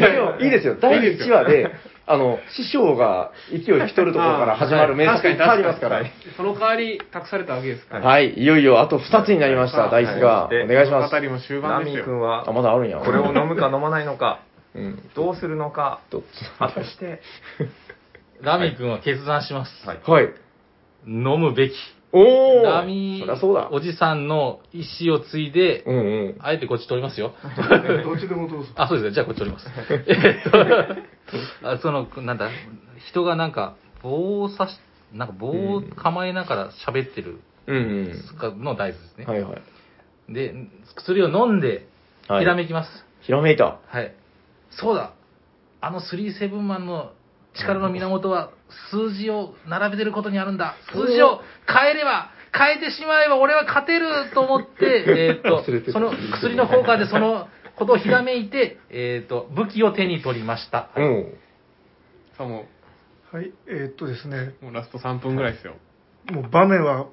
やでもいいですよ。第一話で、あの、師匠が勢い引き取るところから始まる面あー接確かがいにっぱいありますから。その代わり託されたわけですから。はい、いよいよあと2つになりました、ダはいイスが。おはい願いします。物語も終たラ盤でミーすよ。君はあ、まだあるんや。これを飲むか飲まないのかうん。どうするのかどっ果たしてラミ君は決断します。はいちはい。飲むべき。おーラミそりゃそうだ。おじさんの意思を継いで、うんうん。あえてこっち取りま すよ。どっちでもどうぞ。あ、そうですね。じゃあこっち取ります。えっとあその、なんだ、人がなんか棒を刺し、なんか棒を構えながら喋ってるうんの大豆ですうねん。。はいはい。で、薬を飲んで、はいひらめきます。ひらめいた。はい。そうだ。あの37マンの力の源は数字を並べてることにあるんだ。数字を変えれば、変えてしまえば俺は勝てると思 って、えーっ忘れてたと、その薬の効果でそのことをひらめいて、えーっと、武器を手に取りました。うはいん。さあもはい、えーっとですね、う、もうラスト3分ぐらいですよ。もう場面は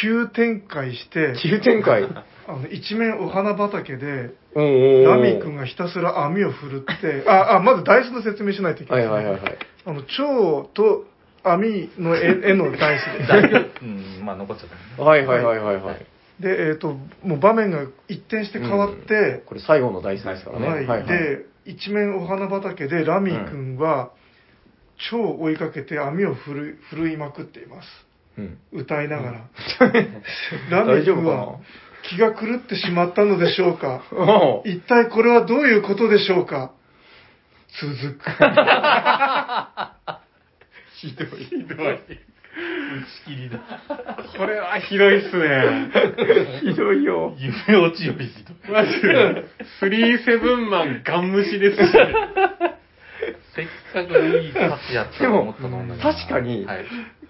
急展開して、急展開。あの一面お花畑で、うんうん。ラミー君が。がひたすら網を振るって、あ、あ、まずダイスの説明しないといけはないい。はいはいはい。あの、蝶と網の絵絵のダイス で。だいぶ、うん、まあ残っちゃったね。はいはいはいはいはい。で、えっ、と、もう場面が一転して変わって、これ最後のダイスですからね。はいで、一面お花畑でラミー君は、蝶を追いかけて網を振る振るいまくっています。うん歌いながら。ラミ 大ー丈夫君かはな気が狂ってしまったのでしょうかおう一体これはどういうことでしょうか続く。ひどい。ひどい。打ち切りだ。これはひどいっすね。ひどいよ。夢落ちよりひどい。マジで。スリーセブンマンガン無視ですし。せっかくいいパスやったと思ったのにでも確かにはい。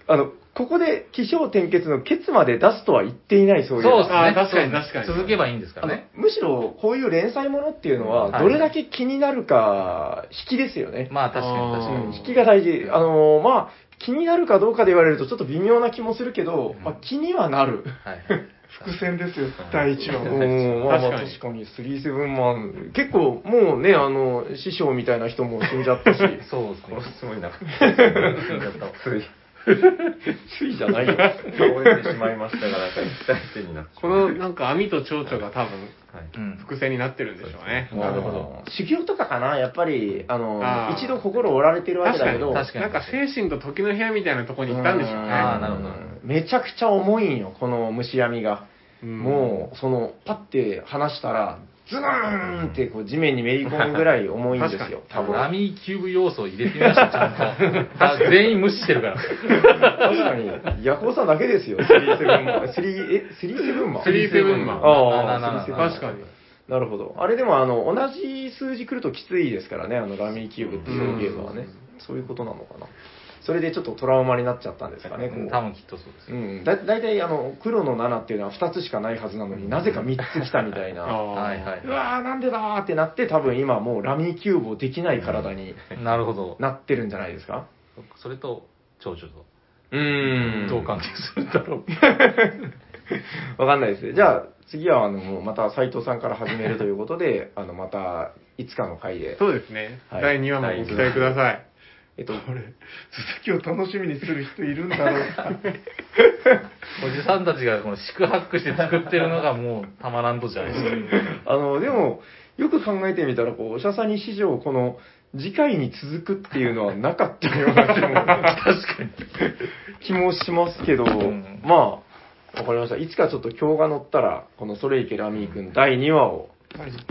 あの、ここで起承転結のケツまで出すとは言っていない、そそうういでう。すあね。ー確かに確かに続けばいいんですからね。あのむしろこういう連載ものっていうのうんは、はいどれだけ気になるか、引きですよね。まあ確かに確かあにー。引きが大事。あのーまあ、気になるかどうかで言われるとちょっと微妙な気もするけど、うんまあ、気には なる。はいはい。伏線ですよ、第1 話うも。ん、まあまあ確かに確かに、スリーセブンマン、結構もうね、あの、師匠みたいな人も死んじゃ ったし、そうですね。すごい な。つい、ついじゃないよ。倒れてしまいましたが、なんか一体手になってしこまう。のなんか網と蝶々が多分はいうん。伏線になってるんでしょうね。なるほど。修行とかかな、やっぱり、あの、あー一度心折られてるわけだけど、確かになんか精神と時の部屋みたいなとこに行ったんでしょうね。あーなるほどめちゃくちゃ重いんよ、この虫網が。うん、もう、その、パッて離したら、ズーンってこう地面にめり込むぐらい重いんですよ多分。ラミーキューブ要素を入れてみました、ちゃん と。全員無視してるから。確かに、ヤコウさんだけですよ、37マン。3、え、37マンスリーセブンマンああなスリーセブンマン確かに。なるほど。あれでも、あの、同じ数字来るときついですからね、あの、ラミーキューブっていうゲームはね。そういうことなのかな。それでちょっとトラウマになっちゃったんですかね、こう。多分きっとそうですうよ。ん、だ大体あの黒の7っていうのは2つしかないはずなのになぜか3つ来たみた いなあはーいはうわーなんでだーってなって多分今もうラミーキューブをできない体にい。なるほど。なってるんじゃないですかそれと、長女と、うどう関係するんだろう。 わかんないですねじゃあ次はあのもうまた斎藤さんから始めるということであのまたいつかの回で、そうですね。はい第2話もご期待ください。えっと、これ、続きを楽しみにする人いるんだろう か。 おじさんたちがこの四苦八苦して作ってるのがもうたまらんとじゃないですあの、でも、よく考えてみたら、こう、おしゃさに史上、この、次回に続くっていうのはなかったような気も、確かに。気もしますけど、んまあ、わかりました。いつかちょっと今日が乗ったら、このソレイケラミー君第2話を、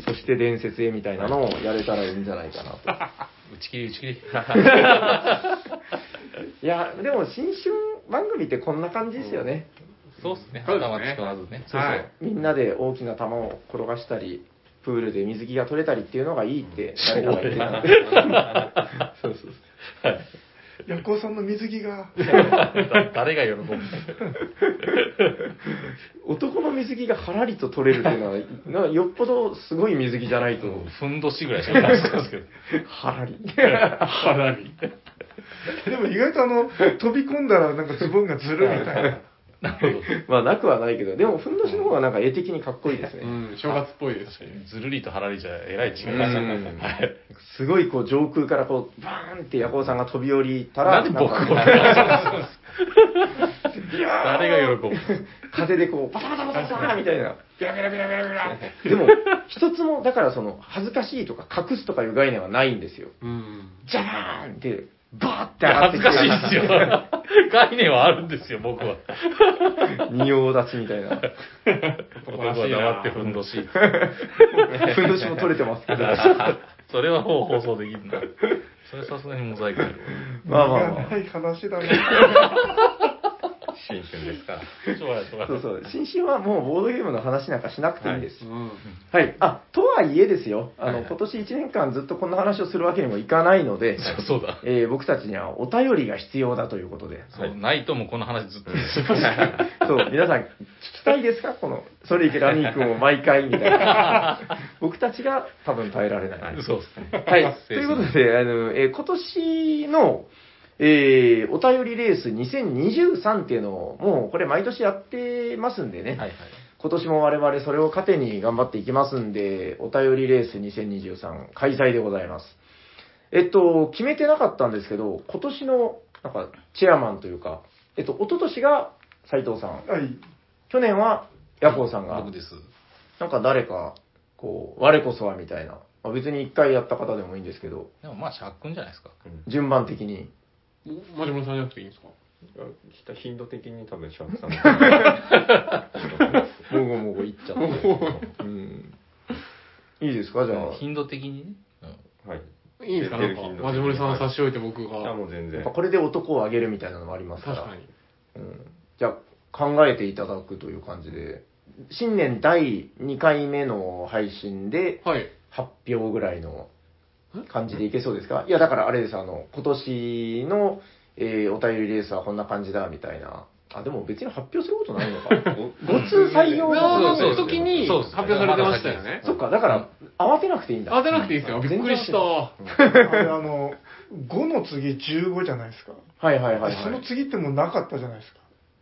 そして伝説へみたいなのをやれたらいいんじゃないかなと。打ち切り打ち切 り。いや、でも、新春番組ってこんな感じですよね。そうっすね。そうですね頭使わずね。そうはいみんなで大きな球を転がしたり、プールで水着が取れたりっていうのがいいって誰かが言ってた。そうそうそう。ヤコウさんの水着が、誰が喜ぶ男の水着がはらりと取れるっていうのは、なよっぽどすごい水着じゃないと、ふんどしぐらいしか感じたんですけど。はらり。花火。でも意外とあの、飛び込んだらなんかズボンがずるみたいな。なるほど。 まあ、なくはないけど、でも、ふんどしの方がなんか絵的にかっこいいですうね。ん、正月っぽいですし。ずるりと離れじゃえらい違いですうよんはい。すごいこう上空からこう、バーンってヤコウさんが飛び降りたなら、んで僕をなんか誰が喜ぶ風でこう、パタパタパタパタみたいな。でも、一つも、だからその、恥ずかしいとか隠すとかいう概念はないんですよ。うん。じゃーんって、バーって上がっ恥ずてきかてしいですよ。 概念はあるんですよ、僕は。仁王立ちみたいな。男は黙ってふんど し。ふんどしも取れてま すけど。それはもう放送できるな。それさすがにモザイクあるまあまあ身まがあな。い話だね。新春ですから。そうや、そうや。そうそう。新進はもうボードゲームの話なんかしなくていいです。うん。はい。あ、とはいえですよ。あの、はいはい今年1年間ずっとこんな話をするわけにもいかないので、そうだ。えー僕たちにはお便りが必要だということで。そう、ないともこの話ずっと。そう、皆さん聞きたいですかこの、それいけラミー君を毎回みた いな。僕たちが多分耐えられない。そうですね。はい。ということで、あの、えー今年の、えーお便りレース2023っていうのを、もうこれ毎年やってますんでね。はいはい。今年も我々それを糧に頑張っていきますんで、お便りレース2023開催でございます。えっと、決めてなかったんですけど、今年のなんか、チェアマンというか、えっと、一昨年が斉藤さん、はい。去年はヤコウさんが僕、です。なんか誰か、こう、我こそはみたいな、まあ、別に一回やった方でもいいんですけど、でもまあ、シャークンじゃないですか。順番的に。マジモリさんじゃなくていいんですか頻度的に多分シャー クさんがもごもごいっちゃって。うん。いいですかじゃあ。頻度的にね。うんはいいいんですかなんか、マジモリさん差し置いて僕いやが。もう全やっ然ぱこれで男をあげるみたいなのもありますか確ら。かに。うんじゃあ、考えていただくという感じで、新年第2回目の配信ではい。発表ぐらいの感じでいけそうですかいや、だからあれです、あの、今年の、えーお便りレースはこんな感じだ、みたいな。あ、でも別に発表することないのか。ご通採用あのあ、その時にそう発表されてましたよね。そっか、だから、慌てなくていいんだ。当てなくていいですよ。びっくりした。あれ、あの、5の次15じゃないですか。はいはいはい、そはのい。次ってもうなかったじゃないですか。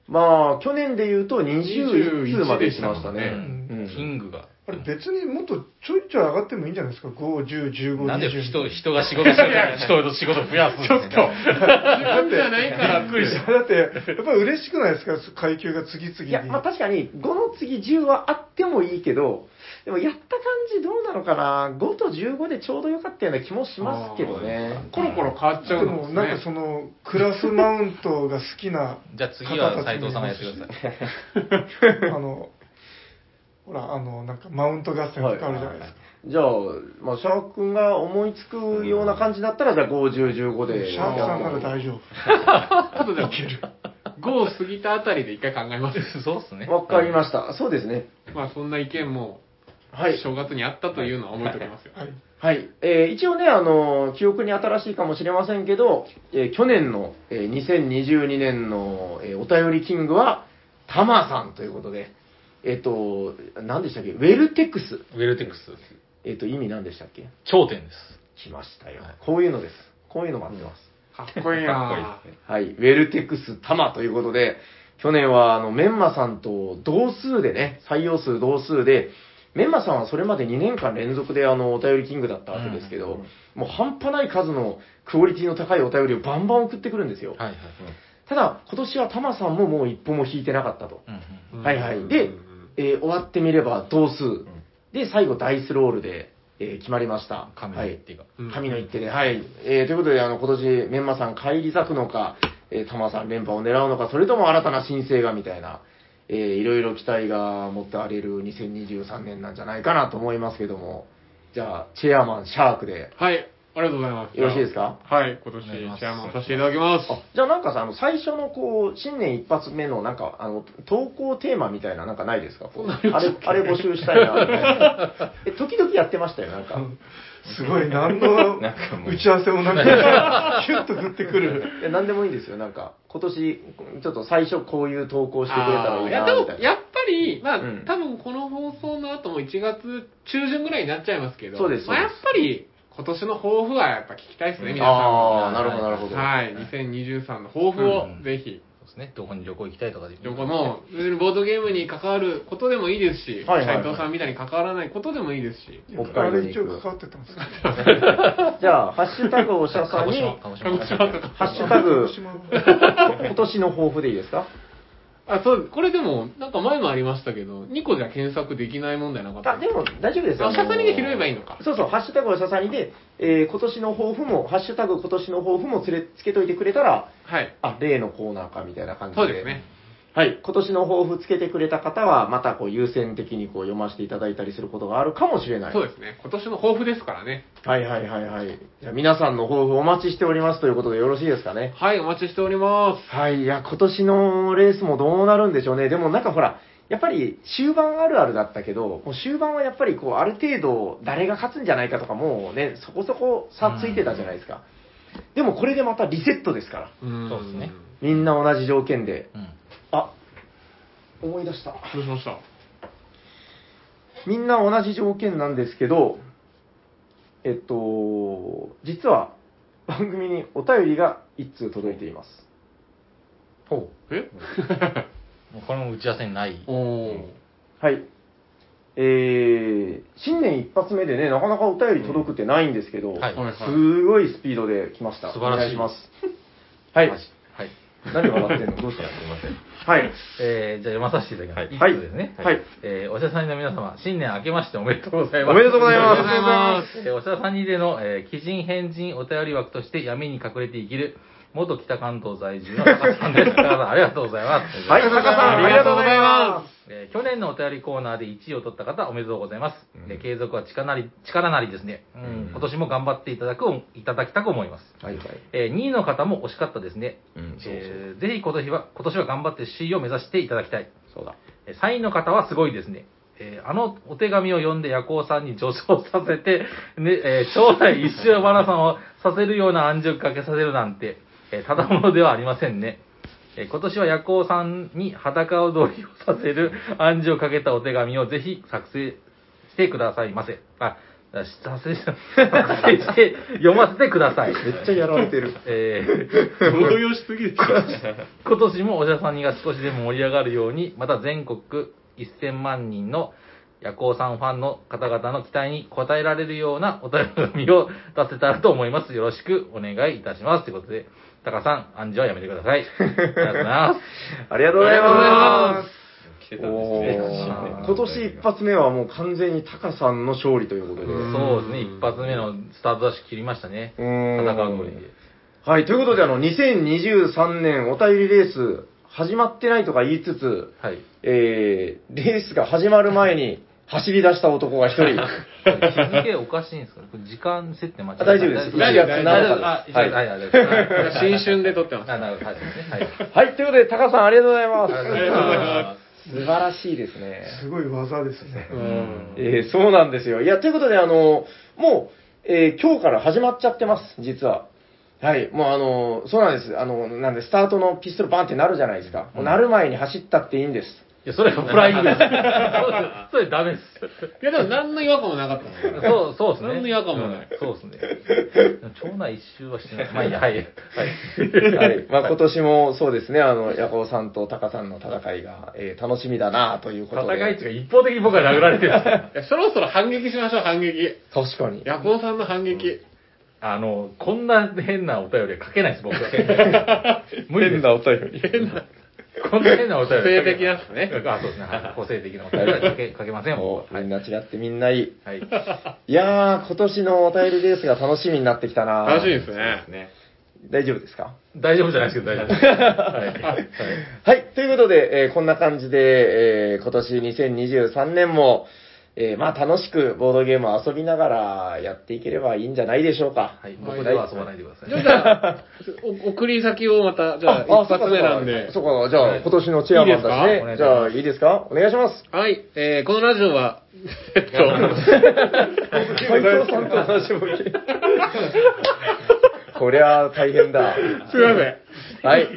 まあ、去年で言うと21までしましたうね。うんんキングが。あれ別にもっとちょいちょい上がってもいいんじゃないですか。5、10、15、20。なんで人、人が仕事しない人の仕事増やすちょっと。自分じゃないから。びっくりしだって、やっぱり嬉しくないですか、階級が次々に。いや、まあ、確かに、5の次10はあってもいいけど、でもやった感じどうなのかな、5と15でちょうどよかったような気もしますけどね。コロコロ変わっちでゃうんでもすなんかね。そのクラスマウントが好きなじゃあ次は斉藤さんがやってくださ い。あのほらあのなんかマウント合戦とかあるじゃないですか、じゃあ、まあ、シャーク君が思いつくような感じだったら、じゃあ5、10、15で。シャークさんなら大丈夫 あとでいける。5過ぎたあたりで一回考え ます。そうっすね。わかりました。そうですね。まあそんな意見も、はい。正月にあったというのは覚えておきますよ。はいはい。えー一応ね、あのー記憶に新しいかもしれませんけど、えー去年の、えー2022年の、えーお便りキングは、タマさんということで、えっ、と、何でしたっけウェルテックス。ウェルテックス。えっ、と、意味何でしたっけ頂点です。来ましたよはい。こういうのです。こういうの待ってます。かっこいいなはい。ウェルテックスタマということで、去年は、あの、メンマさんと同数でね、採用数同数で、メンマさんはそれまで2年間連続で、あの、お便りキングだったわけですけど、もう半端ない数のクオリティの高いお便りをバンバン送ってくるんですよ。はいはい。ただ、今年はタマさんももう一歩も引いてなかったと。うんうんうんはいはいでうんえー終わってみれば同数。で、最後、ダイスロールで、えー決まりました。神はのい一手が。うん神の一手で、はい。えーということで、あの、今年、メンマさん返り咲くのか、えー、タマさん連覇を狙うのか、それとも新たな新星がみたいな、えーいろいろ期待が持ってあれる2023年なんじゃないかなと思いますけども、じゃあ、チェアマン、シャークで、はい、ありがとうございます。よろしいですかはい、今年、チェアマンさせていただきます。あ、じゃあなんかさ、あの、最初のこう、新年一発目のなんか、あの、投稿テーマみたいななんかないですかこうあれ、あれ募集したいな、みたいな。 え、時々やってましたよ、なんか。すごい何の打ち合わせもな くキュッと振ってくるいや、なんでもいいんですよ、なんか。今年、ちょっと最初こういう投稿してくれたらいいやな、でみもたいやな。っぱり、まあ、うん多分この放送の後も1月中旬ぐらいになっちゃいますけど、そうですそうまあ、ですやっぱり今年の抱負はやっぱ聞きたいですね、皆さんも。ああ、なるほど、なるほど。はい、2023の抱負をうんぜひ、そうですね。どこに旅行行きたいとかで。どこの、別にボードゲームに関わることでもいいですし、はいはいはい斉藤さんみたいに関わらないことでもいいですし、北あ海道れに一応行く関わってたんですかじゃあ、ハッシュタグおしゃさん鹿児に、島、鹿児島。ハッシュタグ鹿児、島の今年の抱負でいいですかあ、そう、これでも、なんか前もありましたけど、2個じゃ検索できない問題なかったあ、でも大丈夫ですよ。あおしゃさんにで拾えばいいのかそうそう、ハッシュタグおしゃさんにで、えー今年の抱負も、ハッシュタグ今年の抱負もつれつけといてくれたら、はい。あ、例のコーナーかみたいな感じで。そうですね。はい、今年の抱負つけてくれた方は、またこう優先的にこう読ませていただいたりすることがあるかもしれない。そうですね。今年の抱負ですからね。はいはいはいはい。じゃあ皆さんの抱負お待ちしておりますということでよろしいですかね。はい、お待ちしております。はい、いや、今年のレースもどうなるんでしょうね。でもなんかほら、やっぱり終盤あるあるだったけど、もう終盤はやっぱりこう、ある程度誰が勝つんじゃないかとかもうね、そこそこ差ついてたじゃないですか。でもこれでまたリセットですから。うんそうですねみんな同じ条件で。うんあ、思い出した。どうしましたみんな同じ条件なんですけど、えっと、実は番組にお便りが一通届いています。ほ えう。もうこれも打ち合わせにない。おお。はい。えー、新年一発目でね、なかなかお便り届くってないんですけど、んはいすごいスピードで来ました。素晴らしいお願いします。はい。何で笑ってんのどうしたのすいません。はい。えー、じゃあ読まさせていただきます。はい一通ですね。はい。えー、おしゃさんの皆様、新年明けましておめでとうございます。おめでとうございます。 えーおしゃさんにでの、えー、鬼人変人お便り枠として闇に隠れて生きる、元北関東在住の高橋さんです。高橋さん、ありがとうございます。はい、タカさん、ありがとうございまえー去年のお便りコーナーで1位を取った方、おめでとうございます。えー継続は力なり、力なりですね。うんうん今年も頑張っていただく、いただきたく思います。す。はい、はい。えー2位の方も惜しかったですね。うん、そうそう。えーぜひ今年は、今年は頑張って首位を目指していただきたい。そうだ。えー3位の方はすごいですね。えーあのお手紙を読んで夜行さんに助長させて、ねえー将来一周マラソンをさせるような暗示をかけさせるなんて、えーただものではありませんね。えー今年は夜行さんに裸踊りをさせる暗示をかけたお手紙をぜひ作成してくださいませ。あ、し作成し作成して読ませてください。めっちゃやられてる。えー動揺しすぎる。今年もおじゃさんにが少しでも盛り上がるように、また全国1000万人の夜行さんファンの方々の期待に応えられるようなお便りを出せたらと思います。よろしくお願いいたします。ということで、タカさん、暗示はやめてください。ありがとうございます。ありがとうございます。来てたんですおねー今年一発目はもう完全にタカさんの勝利ということで。うそうですね、一発目のスタートダッシュ切りましたね。ーん戦う通りで。はい、ということで、あの、2023年お便りレース、始まってないとか言いつつ、 はい。えー、レースが始まる前に走り出した男が一人。日付おかしいんですかねこれ時間設定間違えあ大丈夫です。1大月丈夫7日です。大丈夫あ、ははいい、はい、はい、はい。 新春で撮ってます。あなるほど、はいですね。はい。はい、ということで、タカさんありがとうございます。ありがとうございます。素晴らしいですね。 すごい技ですね。うんえーそうなんですよ。いや、ということで、あの、もう、えー今日から始まっちゃってます、実は。はい、もうあの、そうなんです。あの、なんで、スタートのピストルバンってなるじゃないですか。もうなる前に走ったっていいんです。いや、それはプライドです。そうですそれダメです。いや、でも何の違和感もなかったのよそう、そうですね。何の違和感もないうんそうですね。町内一周はしてない。まあいいや、はい。はい。はい。まあ、今年もそうですね、あの、ヤコウさんとタカさんの戦いが、えー楽しみだなということで。戦いっていうか、一方的に僕は殴られてるんですよ。いやそろそろ反撃しましょう、反撃。確かに。ヤコウさんの反撃。あの、こんな変なお便りは書けないです、僕は。無理です。なお便り。こんな変なお便りは書けない。個性的なやつねあ、そうですね。はい個性的なお便りは書け書けません、も僕うは。はみんい。な違ってみんないい。はい。いやー、今年のお便りレースが楽しみになってきたな楽しみですね。ね。大丈夫ですか大丈夫じゃないですけど、大丈夫です。はい。はいはい。ということで、えーこんな感じで、えー今年2023年も、えーまあ楽しくボードゲームを遊びながらやっていければいいんじゃないでしょうか。はい。僕では遊ばないでくださいじ。ゃあ、お送り先をまた、じゃあ、一そうか発目なんで。そうか、じゃあ、今年のチェアマンだしいねい。ですかじゃあ、いいですかお願いします。はい、えー、このラジオは、 えっ と、斉藤さんと話も聞いてこりゃ大変だ。すいません。はい。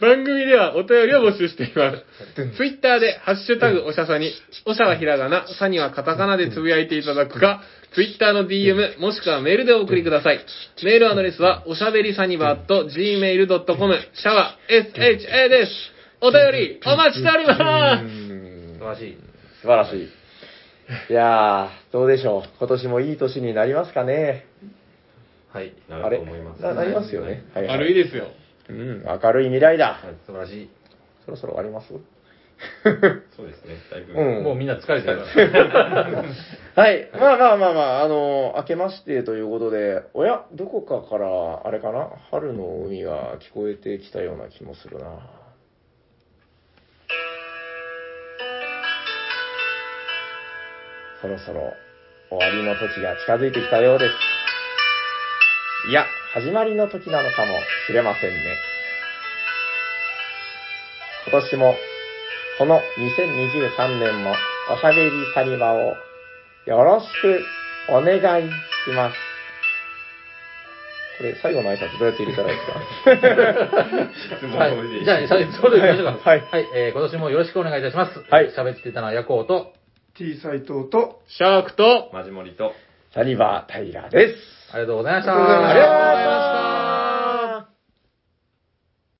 番組ではお便りを募集しています。ツイッターで、ハッシュタグおしゃさに、おしゃはひらがな、さにはカタカナでつぶやいていただくか、ツイッターの DM、もしくはメールでお送りください。メールアドレスは、おしゃべりさにば at gmail.com、シャワー sha です。お便り、お待ちしておりまうす。ん素晴らしい。素晴らしい。いやー、どうでしょう。今年もいい年になりますかね。はい。なあるれと思います。ななりますよね。はは悪いですよ。うん、明るい未来だ。素晴らしい。そろそろ終わります そうですね。だいぶ。うんもうみんな疲れてるから。はい。まあまあまあまあ、あのー明けましてということで、おや、どこかから、あれかな春の海が聞こえてきたような気もするな。そろそろ終わりの時が近づいてきたようです。いや、始まりの時なのかもしれませんね。今年もこの2023年もおしゃべりサニバをよろしくお願いします。これ最後の挨拶どうやって入れたらいいです はい、じゃあ、最後でいきましょうか。はいはい、えー、今年もよろしくお願いいたします。はい喋ってたのはヤコウと、 T 斎藤と、シャークと、マジモリと。かサニバー平です。ありがとうございました。ありがとうございまあしたりがとうございました。